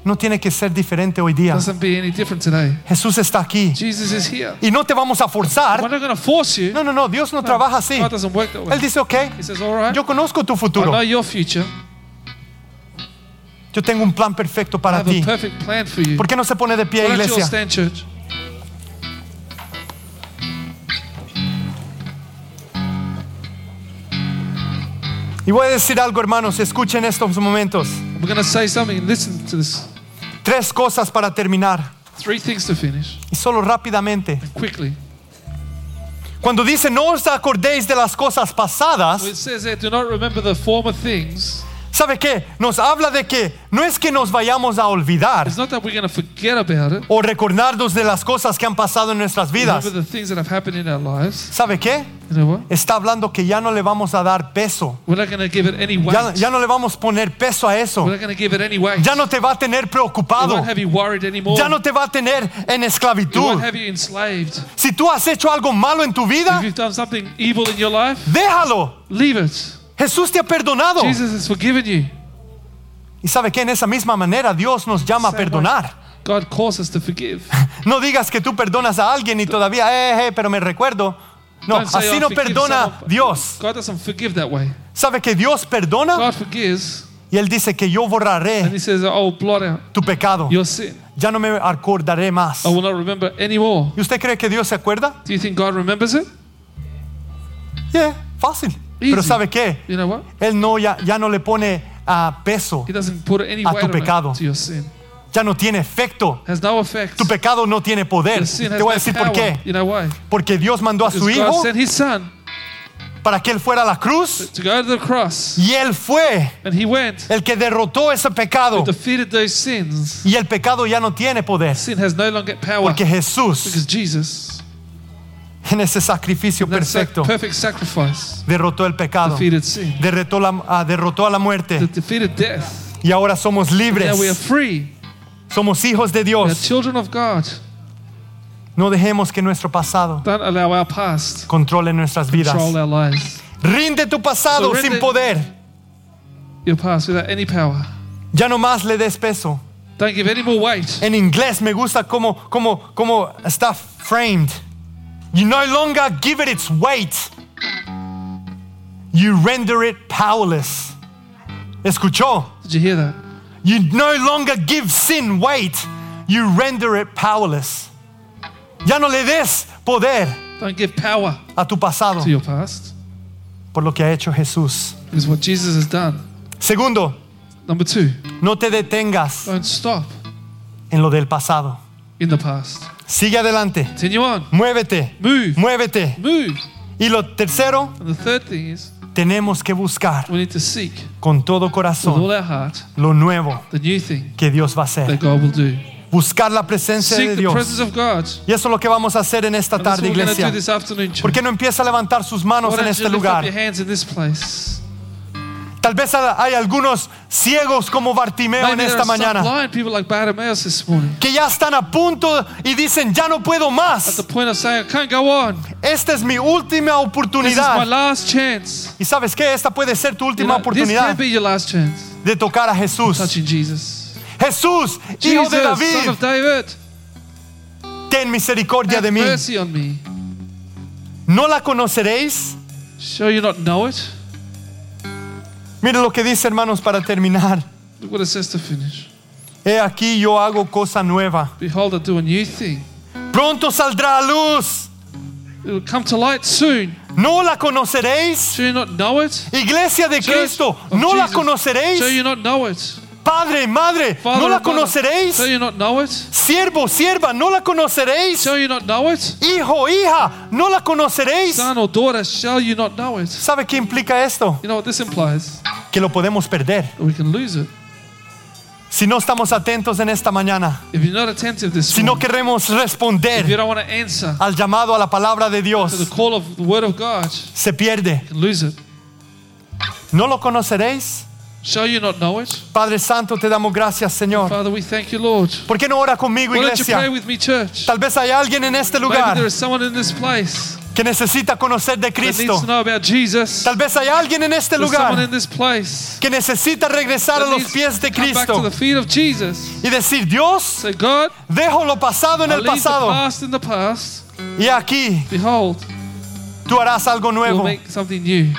No tiene que ser diferente hoy día.
doesn't be any different today.
Jesús está aquí.
Jesus is here.
Y no te vamos a
We're
forzar.
not going to force you.
No, no, no. Dios no trabaja así.
God doesn't work that way.
Él dice, ok,
He says, all right,
yo conozco tu
I
futuro.
know your future.
Yo tengo un plan perfecto
I
para
have a
ti.
perfect plan for you.
¿Por qué no se pone de pie,
Why don't you all
iglesia?
stand, church?
Y voy a decir algo, hermanos. Escuchen estos momentos.
We're going to say something. Listen to this.
Tres cosas para terminar.
Three things to finish
Y solo rápidamente.
quickly.
Cuando dice, no os acordéis de las cosas pasadas,
Well, it says there, do not remember the former things.
¿sabe qué? Nos habla de que no es que nos vayamos a olvidar
It's not that we're going to forget about it.
o recordarnos de las cosas que han pasado en nuestras vidas.
Remember the things that have happened in our lives.
¿Sabe qué?
You know what?
Está hablando que ya no le vamos a dar peso.
We're not going to give it any weight.
Ya, ya no le vamos a poner peso a eso.
We're not going to give it any weight.
Ya no te va a tener
we
preocupado.
won't have you worried anymore.
Ya no te va a tener en
we
esclavitud.
won't have you enslaved.
Si tú has hecho algo malo en tu vida,
If you've done something evil in your life,
déjalo.
leave it.
Jesús te ha perdonado.
Jesus has forgiven you.
Y sabe que en esa misma manera Dios nos llama a
Same
perdonar.
God calls us to forgive.
No digas que tú perdonas a alguien y todavía, eh, eh, pero me recuerdo. No,
Don't say,
así
"Oh,
no
forgive
perdona
someone."
Dios.
God doesn't forgive that way.
Sabe que Dios perdona
God forgives
y Él dice que yo
and
borraré
He says, "I will blot out
tu pecado.
your sin.
Ya no me acordaré más.
I will not remember anymore."
¿Y usted cree que Dios se acuerda?
Do you think God remembers it?
Yeah, fácil. Pero
Easy.
¿sabe qué?
You know what?
Él no, ya, ya no le pone ah, peso,
He doesn't put any
A
weight
tu
on it,
pecado.
to your sin.
ya no tiene efecto.
Has no effect.
Tu pecado no tiene poder.
Your sin
Te
has
voy a
no
decir
power.
por qué.
You know why?
Porque Dios mandó a su
Because
hijo
God sent His Son
para que Él fuera a la cruz
to go to the cross,
y Él fue
and He went,
el que derrotó ese pecado.
defeated those sins.
Y el pecado ya no tiene poder.
Sin has no longer power
Porque Jesús,
because Jesus,
en ese sacrificio
that sac-
perfecto,
perfect sacrifice,
derrotó el pecado.
defeated sin,
Derretó la- ah, derrotó a la muerte.
that defeated death.
Y ahora somos libres.
Now we are free.
Somos hijos de
We are
Dios.
children of God.
No dejemos que nuestro pasado
Don't allow our past
controle nuestras vidas.
control our lives.
Rinde tu pasado
Surrender.
sin poder.
Your past without any power.
Ya no más le des peso.
Don't give any more weight.
En inglés me gusta cómo, cómo, cómo está framed. You no longer give it its weight. You render it powerless. ¿Escuchó?
Did you hear that?
You no longer give sin weight. You render it powerless. Ya no le des poder
Don't give power
a tu pasado
to your past.
por lo que ha hecho Jesús.
It's what Jesus has done.
Segundo,
Number two,
no te detengas
don't stop
en lo del pasado.
in the past.
Sigue adelante.
Continue on.
Muévete.
Move.
Muévete.
Move.
Y lo tercero,
And the third thing is
tenemos que buscar
we need to seek
con todo
with
corazón
all our heart
lo nuevo
the new thing
que Dios va a hacer.
that God will do.
Buscar la presencia de
Seek the
Dios.
presence of God.
Y eso es lo que vamos a hacer en esta
And that's
tarde,
what we're going to do
iglesia.
this afternoon, church.
¿Por qué no empieza a levantar sus
Why
manos en
don't you
este
lift up your
lugar?
hands in this place?
Tal vez hay algunos ciegos como Bartimeo en
Maybe there
esta
are some
mañana
blind people like Bartimaeus this morning.
que ya están a punto y dicen, ya no puedo
At
más.
the point of saying, I can't go on.
Esta es mi última
This is my
oportunidad.
last chance.
Y sabes qué, esta puede ser tu
You
última
know, this
oportunidad
can be your last chance.
de tocar a Jesús.
Touching Jesus.
Jesús, hijo
Jesus,
de
son of
David,
David,
ten misericordia de
have
mí.
mercy on me.
¿No la conoceréis?
Sure you not know it?
Mire lo que dice, hermanos, para terminar.
Look what it says to finish.
He aquí yo hago cosa nueva.
Behold, I do a new thing.
Pronto saldrá a luz.
It will come to light soon.
¿No la conoceréis?
Sure you not know it?
Iglesia de
Church
Cristo,
of
¿no la
Jesus, Sure
conoceréis?
you not know it?
Padre, madre,
Father
¿no la
and mother, Sure
conoceréis?
you not know it?
Siervo, sierva, ¿no la conoceréis?
Shall you not know it?
Hijo, hija, ¿no la conoceréis?
Son or daughter, shall you not know it?
¿Sabe qué implica esto?
You know what this implies?
Que lo podemos perder
That we can lose it.
si no estamos atentos en esta mañana,
If you're not attentive this
si no
morning,
queremos
if you
responder
don't want to answer
al llamado a la palabra de
to the
Dios,
call of the word of God, you
se pierde.
can lose it.
¿No lo conoceréis?
Shall you not know it?
Padre Santo, te damos gracias, Señor.
Father, we thank you, Lord.
¿Por qué no ora conmigo,
Why don't you pray
iglesia?
with me, church?
Tal vez hay alguien en este
Maybe
lugar
there is someone in this place
que necesita conocer de
that needs
Cristo.
to know about Jesus.
Tal vez hay alguien en este
There's someone
lugar
in this place
que necesita regresar a
that
los
needs
pies
to
de
come back to
Cristo
the feet of Jesus.
y decir, Dios,
Say, God,
dejo lo pasado en
I
el
leave the
pasado
past in the past.
y aquí
Behold,
tú harás algo
we'll
nuevo.
make something new.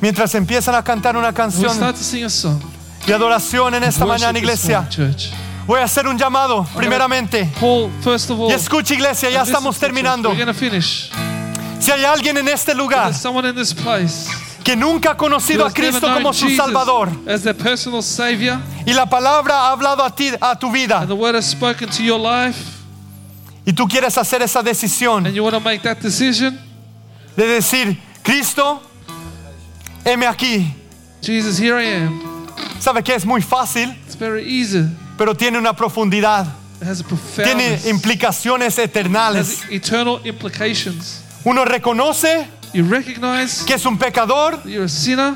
Mientras empiezan a cantar una
We
canción
start to sing a song.
de adoración en esta
Worship
mañana,
this
iglesia,
morning, church.
voy a hacer un llamado primeramente.
Paul, first of all,
Y escucha, iglesia, ya
listen,
estamos
church,
terminando.
We're going to finish.
Si hay alguien en este lugar
There's someone in this place
que nunca ha conocido a
who has never
Cristo
known
como su
Jesus
Salvador
as their personal Savior,
y la palabra ha hablado a ti, a tu vida,
and the Word has spoken to your life,
y tú quieres hacer esa decisión
and you want to make that decision,
de decir, Cristo, heme aquí.
Jesus, here I am.
Sabe que es muy fácil,
It's very easy.
pero tiene una profundidad,
It has a profound,
tiene
it
implicaciones eternales.
has eternal implications.
Uno reconoce
You recognize
que es un pecador,
that you're a sinner.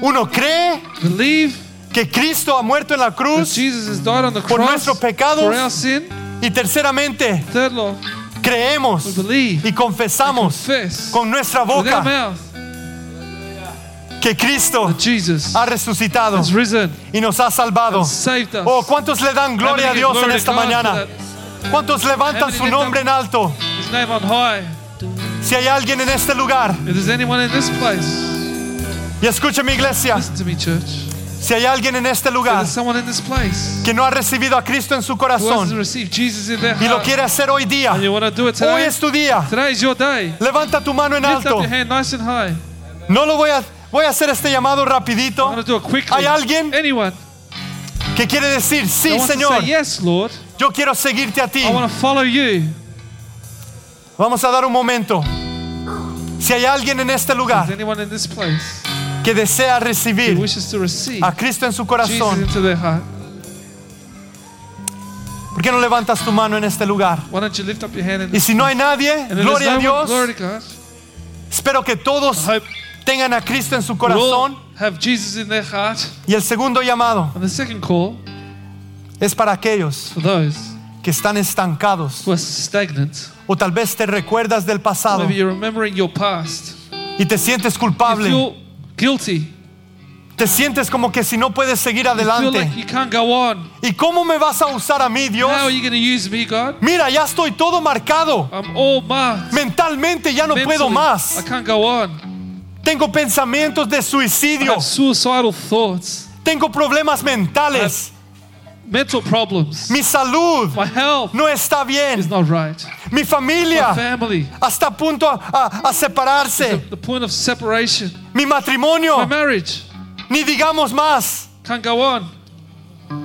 uno cree
Believe
que Cristo ha muerto en la
that
cruz
Jesus has died on the
Por
cross
nuestros pecados.
for our sin.
y terceramente
Third law, we
creemos
believe,
y confesamos
confess
con nuestra
with our
boca
mouth
que Cristo
that Jesus
ha resucitado
has risen
y nos ha salvado.
and saved us.
Ah, Oh, ¿cuántos le dan
How many
gloria a
give
Dios en
glory to
esta
God for
mañana?
that?
¿Cuántos
How
levantan
many
su
lift up-
nombre en alto?
His name on high.
Si hay alguien en este lugar,
If there's anyone in this place,
y escucha mi iglesia,
listen to me, church. If
si hay alguien en este lugar
there's someone in this place
que no ha recibido a Cristo en su
who hasn't
corazón
received Jesus in their
y lo
heart,
quiere hacer hoy día,
and you want to do it
hoy
today,
es tu día.
today is your day.
Levanta tu mano en
Lift
alto.
up your hand nice and high.
No lo voy a voy a hacer este llamado rapidito
I'm going to do it quickly.
¿Hay alguien?
Anyone
que quiere decir,
that
"Sí,
wants to
Señor,
say, yes, Lord,
yo quiero seguirte a ti."
I want to follow you.
Vamos a dar un momento. Si hay alguien en este
Is
lugar
anyone in this place
que desea
who
recibir
wishes to receive
a Cristo en su Ah,
Jesus
corazón,
into their heart?
¿por qué no levantas tu mano en este lugar?
Why don't you lift up your hand in
Y
this
si no hay nadie,
and if there's
gloria a
no one,
Dios.
Glory to God.
Espero que todos
I hope
tengan a Cristo en su
we all
corazón.
have Jesus in their heart.
Y el segundo llamado
And the second call
es para aquellos
for those
que están estancados
who are stagnant.
o tal vez te recuerdas del pasado
Maybe you're remembering your past.
y te sientes
You
culpable.
feel guilty.
Te sientes como que si no puedes seguir
You feel like
adelante.
you can't go on.
¿Y cómo me vas a usar a mí, Dios?
How are you going to use me, God?
Mira, ya estoy todo marcado.
I'm all marked.
Mentalmente ya no puedo
mentally. I
más.
can't go on.
Tengo pensamientos de
I
suicidio.
have suicidal thoughts,
Tengo problemas mentales.
mental problems.
Mi salud
My health
no está
is
bien.
not right.
Mi
My
familia
family,
hasta a punto a, a- a
the,
separarse.
the point of separation.
Mi
My
matrimonio,
marriage
ni digamos más.
can't go on.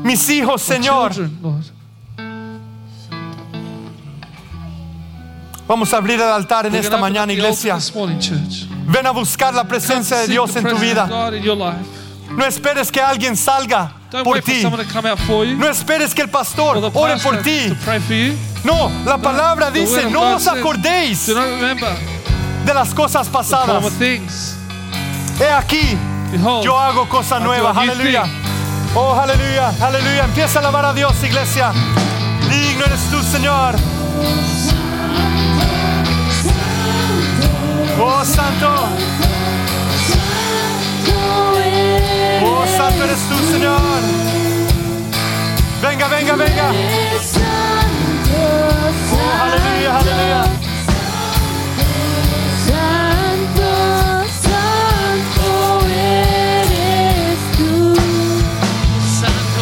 Mis hijos,
My
Señor.
children, Lord.
Vamos a abrir el altar en
We're
esta
gonna open
mañana,
the altar
iglesia.
This morning, church.
Ven a buscar la
Come
presencia de
seek
Dios
the
en tu
presence
vida.
of God in your life.
No esperes que alguien salga
Don't
por
wait for
ti.
someone to come out for you.
No esperes que el
or the
pastor ore
pastor
por ti.
to pray for you.
No, la palabra
the word
dice,
of
no
God
os
says,
acordéis
Do not remember
de las cosas
former
pasadas.
things.
He aquí,
Behold,
yo hago cosa
I do
nueva.
a new
Aleluya. Oh, aleluya, aleluya. Empieza a alabar a Dios, iglesia. Digno eres tú, Señor. Oh, santo. Oh, santo Señor. Venga, venga, venga. Oh, aleluya, aleluya.
Santo, santo eres tú. Santo,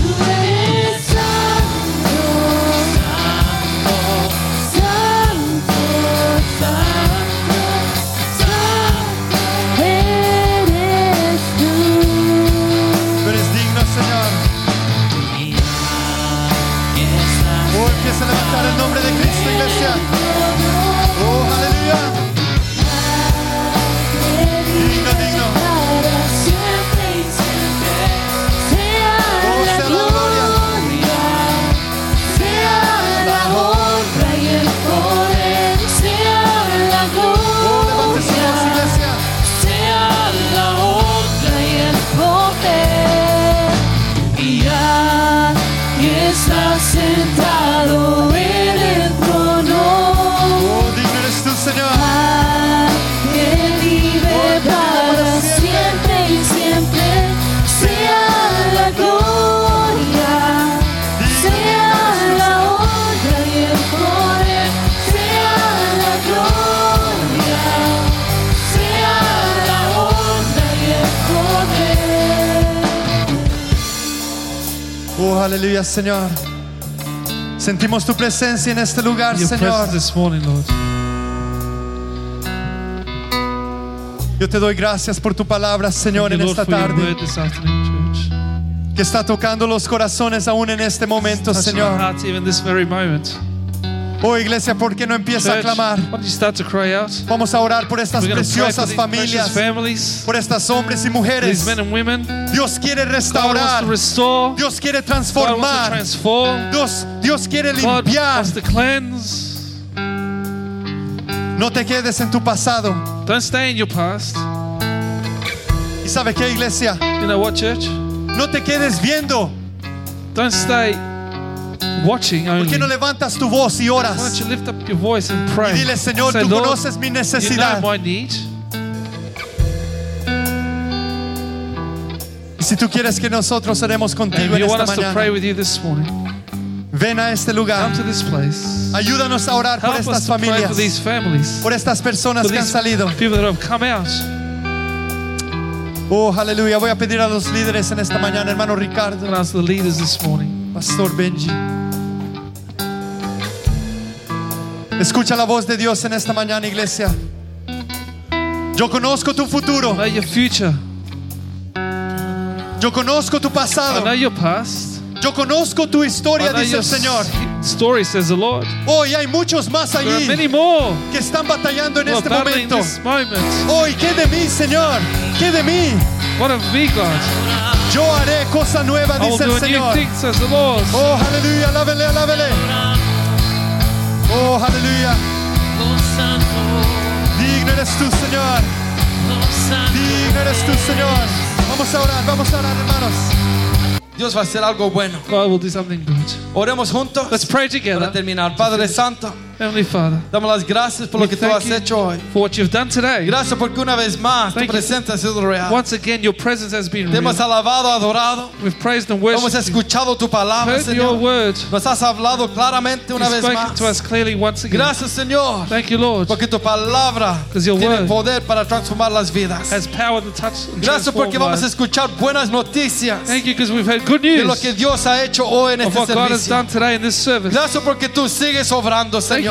tú eres santo. Santo, santo, santo eres tú.
Tú eres digno, Señor. Oh, empieza a levantar el nombre de Cristo, iglesia. Oh, aleluya. Digno, digno.
Para siempre y siempre
Oh, sea
sea la
la gloria.
gloria, sea la honra y el poder, sea la
Oh, levante su voz,
gloria,
iglesia.
sea la honra y el poder. Y ya que estás sentado en el trono.
Oh, digno eres tú, Señor.
Que vive para siempre y siempre sea la gloria, sea la honra y el poder, sea la gloria, sea la honra y el poder.
Oh, aleluya, Señor. Sentimos tu presencia en este lugar,
Your
Señor.
presence this morning, Lord.
Yo te doy gracias por tu palabra, Señor,
Thank
en
you, Lord,
esta
for your
tarde,
word this afternoon, church.
que está tocando los corazones aún en este momento,
Touching our
Señor.
hearts even this very moment.
Oh, iglesia, ¿por qué no empieza a
Church, why
clamar?
don't you start to cry out?
Vamos a orar por estas
We're going to pray for
preciosas
these
familias,
precious families,
por estas hombres y
these
mujeres.
men and women.
Dios quiere
God wants
restaurar,
to restore.
Dios quiere
God wants to
transformar,
transform.
Dios, Dios quiere
God
limpiar.
wants to cleanse.
No te quedes en tu pasado.
Don't stay in your past.
¿Y sabe qué, iglesia?
You know what, church?
No te quedes viendo.
Don't stay watching
¿Por
only.
qué no levantas tu voz y
Why
oras?
don't you lift up your voice and pray?
Dile, Señor,
Say,
tú
Lord,
conoces mi
you know
necesidad.
my need.
Y si tú quieres que nosotros seremos
And
contigo en
if you want
esta
us to pray
mañana,
with you this morning,
ven a este
come
lugar.
to this place.
Ayúdanos a orar por
Help us
estas
to pray for
familias,
these families.
por estas personas
For
que han
these
salido.
people that have come out.
Oh, aleluya. Voy a pedir a los líderes en esta mañana, hermano
And
Ricardo,
ask the leaders this morning.
Pastor Benji. Escucha la voz de Dios en esta mañana, iglesia. Yo conozco tu futuro.
Know your future.
Yo conozco tu
I know
pasado.
your past.
Yo conozco tu
I
historia,
know
dice
your
el Señor.
s- story, says the Lord.
Hoy hay muchos más
There are
allí
many more
que están batallando en
who are
este
battling
momento.
this moment.
Hoy, ¿qué de mí, Señor? ¿Qué de mí?
What have we got?
Yo haré cosa nueva,
I will
dice
do
el
a new
Señor.
thing, says the Lord.
Oh, aleluya, alábele, alábele. Oh, aleluya. Digno eres tú, Señor. Digno eres tú, Señor. Vamos a orar, vamos a orar, hermanos.
Dios va a hacer algo bueno.
God will do something good.
Oremos juntos
Let's pray
para
together.
terminar. Padre Santo,
Heavenly Father,
damos las gracias por
we
lo que tú
thank
has
you
hecho hoy.
for what you've done today.
Gracias porque una vez más tu
Thank you.
presencia ha sido real.
Once again, your presence has been
Te hemos
real.
alabado, adorado.
We've praised and
Hemos
worshipped. you.
escuchado tu palabra,
Heard your
Señor.
word.
Nos has hablado claramente una
You've
vez
spoken to us
más.
clearly once again.
Gracias, Señor,
Thank you, Lord.
porque tu palabra
'Cause your
tiene
word
poder para transformar las vidas.
Has power to touch and
Gracias
transform
porque vamos a
lives.
escuchar buenas noticias
Thank you because we've had good
de lo
news
que Dios ha hecho hoy en
of
este
what God has
servicio.
done today in this service.
Gracias porque tú sigues obrando,
Thank
Señor.
you.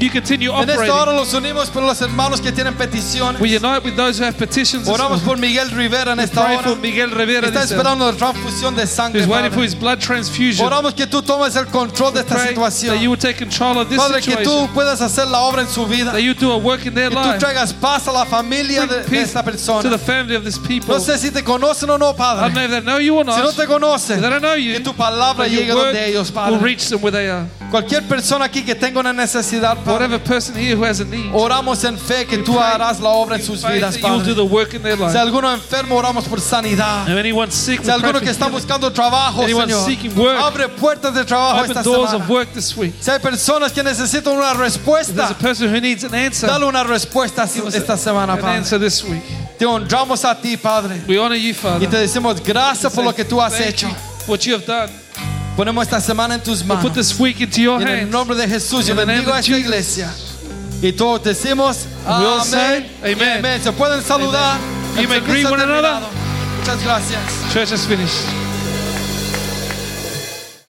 You continue
En esta hora
operating.
los unimos por los hermanos que tienen peticiones.
We unite with those who have petitions. this
Oramos
morning.
por Miguel Rivera en esta
Pray
hora.
for Miguel Rivera
Está
this hour,
esperando la transfusión de sangre.
who's waiting for
Padre.
his blood transfusion.
Oramos que tú tomes el control de esta
Pray that you
situación.
will take control of this
Padre, que
situation.
tú puedas hacer la obra en su vida.
That
Que
you do a work in their
tú
life.
traigas paz a la familia
Bring
de, de
peace
esta
to the
persona.
family of this people.
No sé si te conocen o no,
I don't
Padre.
know if they know you or
Si no
not.
te
If they
conocen,
don't know
que
you,
tu palabra
but
llegue
your
donde
word
ellos,
will
Padre.
reach them where they are.
Cualquier persona aquí que tenga una necesidad, Padre,
Whatever person here who has a need,
oramos en fe que tú
pray
harás la obra en
in
sus
faith
Oh, vidas,
that you will do
Padre.
the work in their
Si
life.
alguno enfermo, oramos por sanidad.
If anyone's sick, we
Si
pray
alguno
for
que está
healing.
buscando trabajo,
Anyone
Señor,
seeking work.
abre puertas de trabajo
open
esta
doors
semana.
of work this week.
Si hay personas que necesitan una
If there's a
respuesta,
person who needs an answer,
dale una respuesta esta semana,
an
Padre.
answer this week.
Te honramos a ti, Padre.
We honor you, Father.
Y te decimos gracias por lo que tú has
Thank
hecho.
you what you have done.
Ponemos esta semana en tus
Put
manos.
this week into your
En el
hands.
nombre de Jesús, yo
In the name
bendigo
of
a esta
Jesus.
iglesia. Y todos decimos
We all
amén.
say, amen.
Amén. Se pueden saludar.
You
El
may
servicio
greet
ha
one another.
terminado. Muchas gracias.
Church is finished.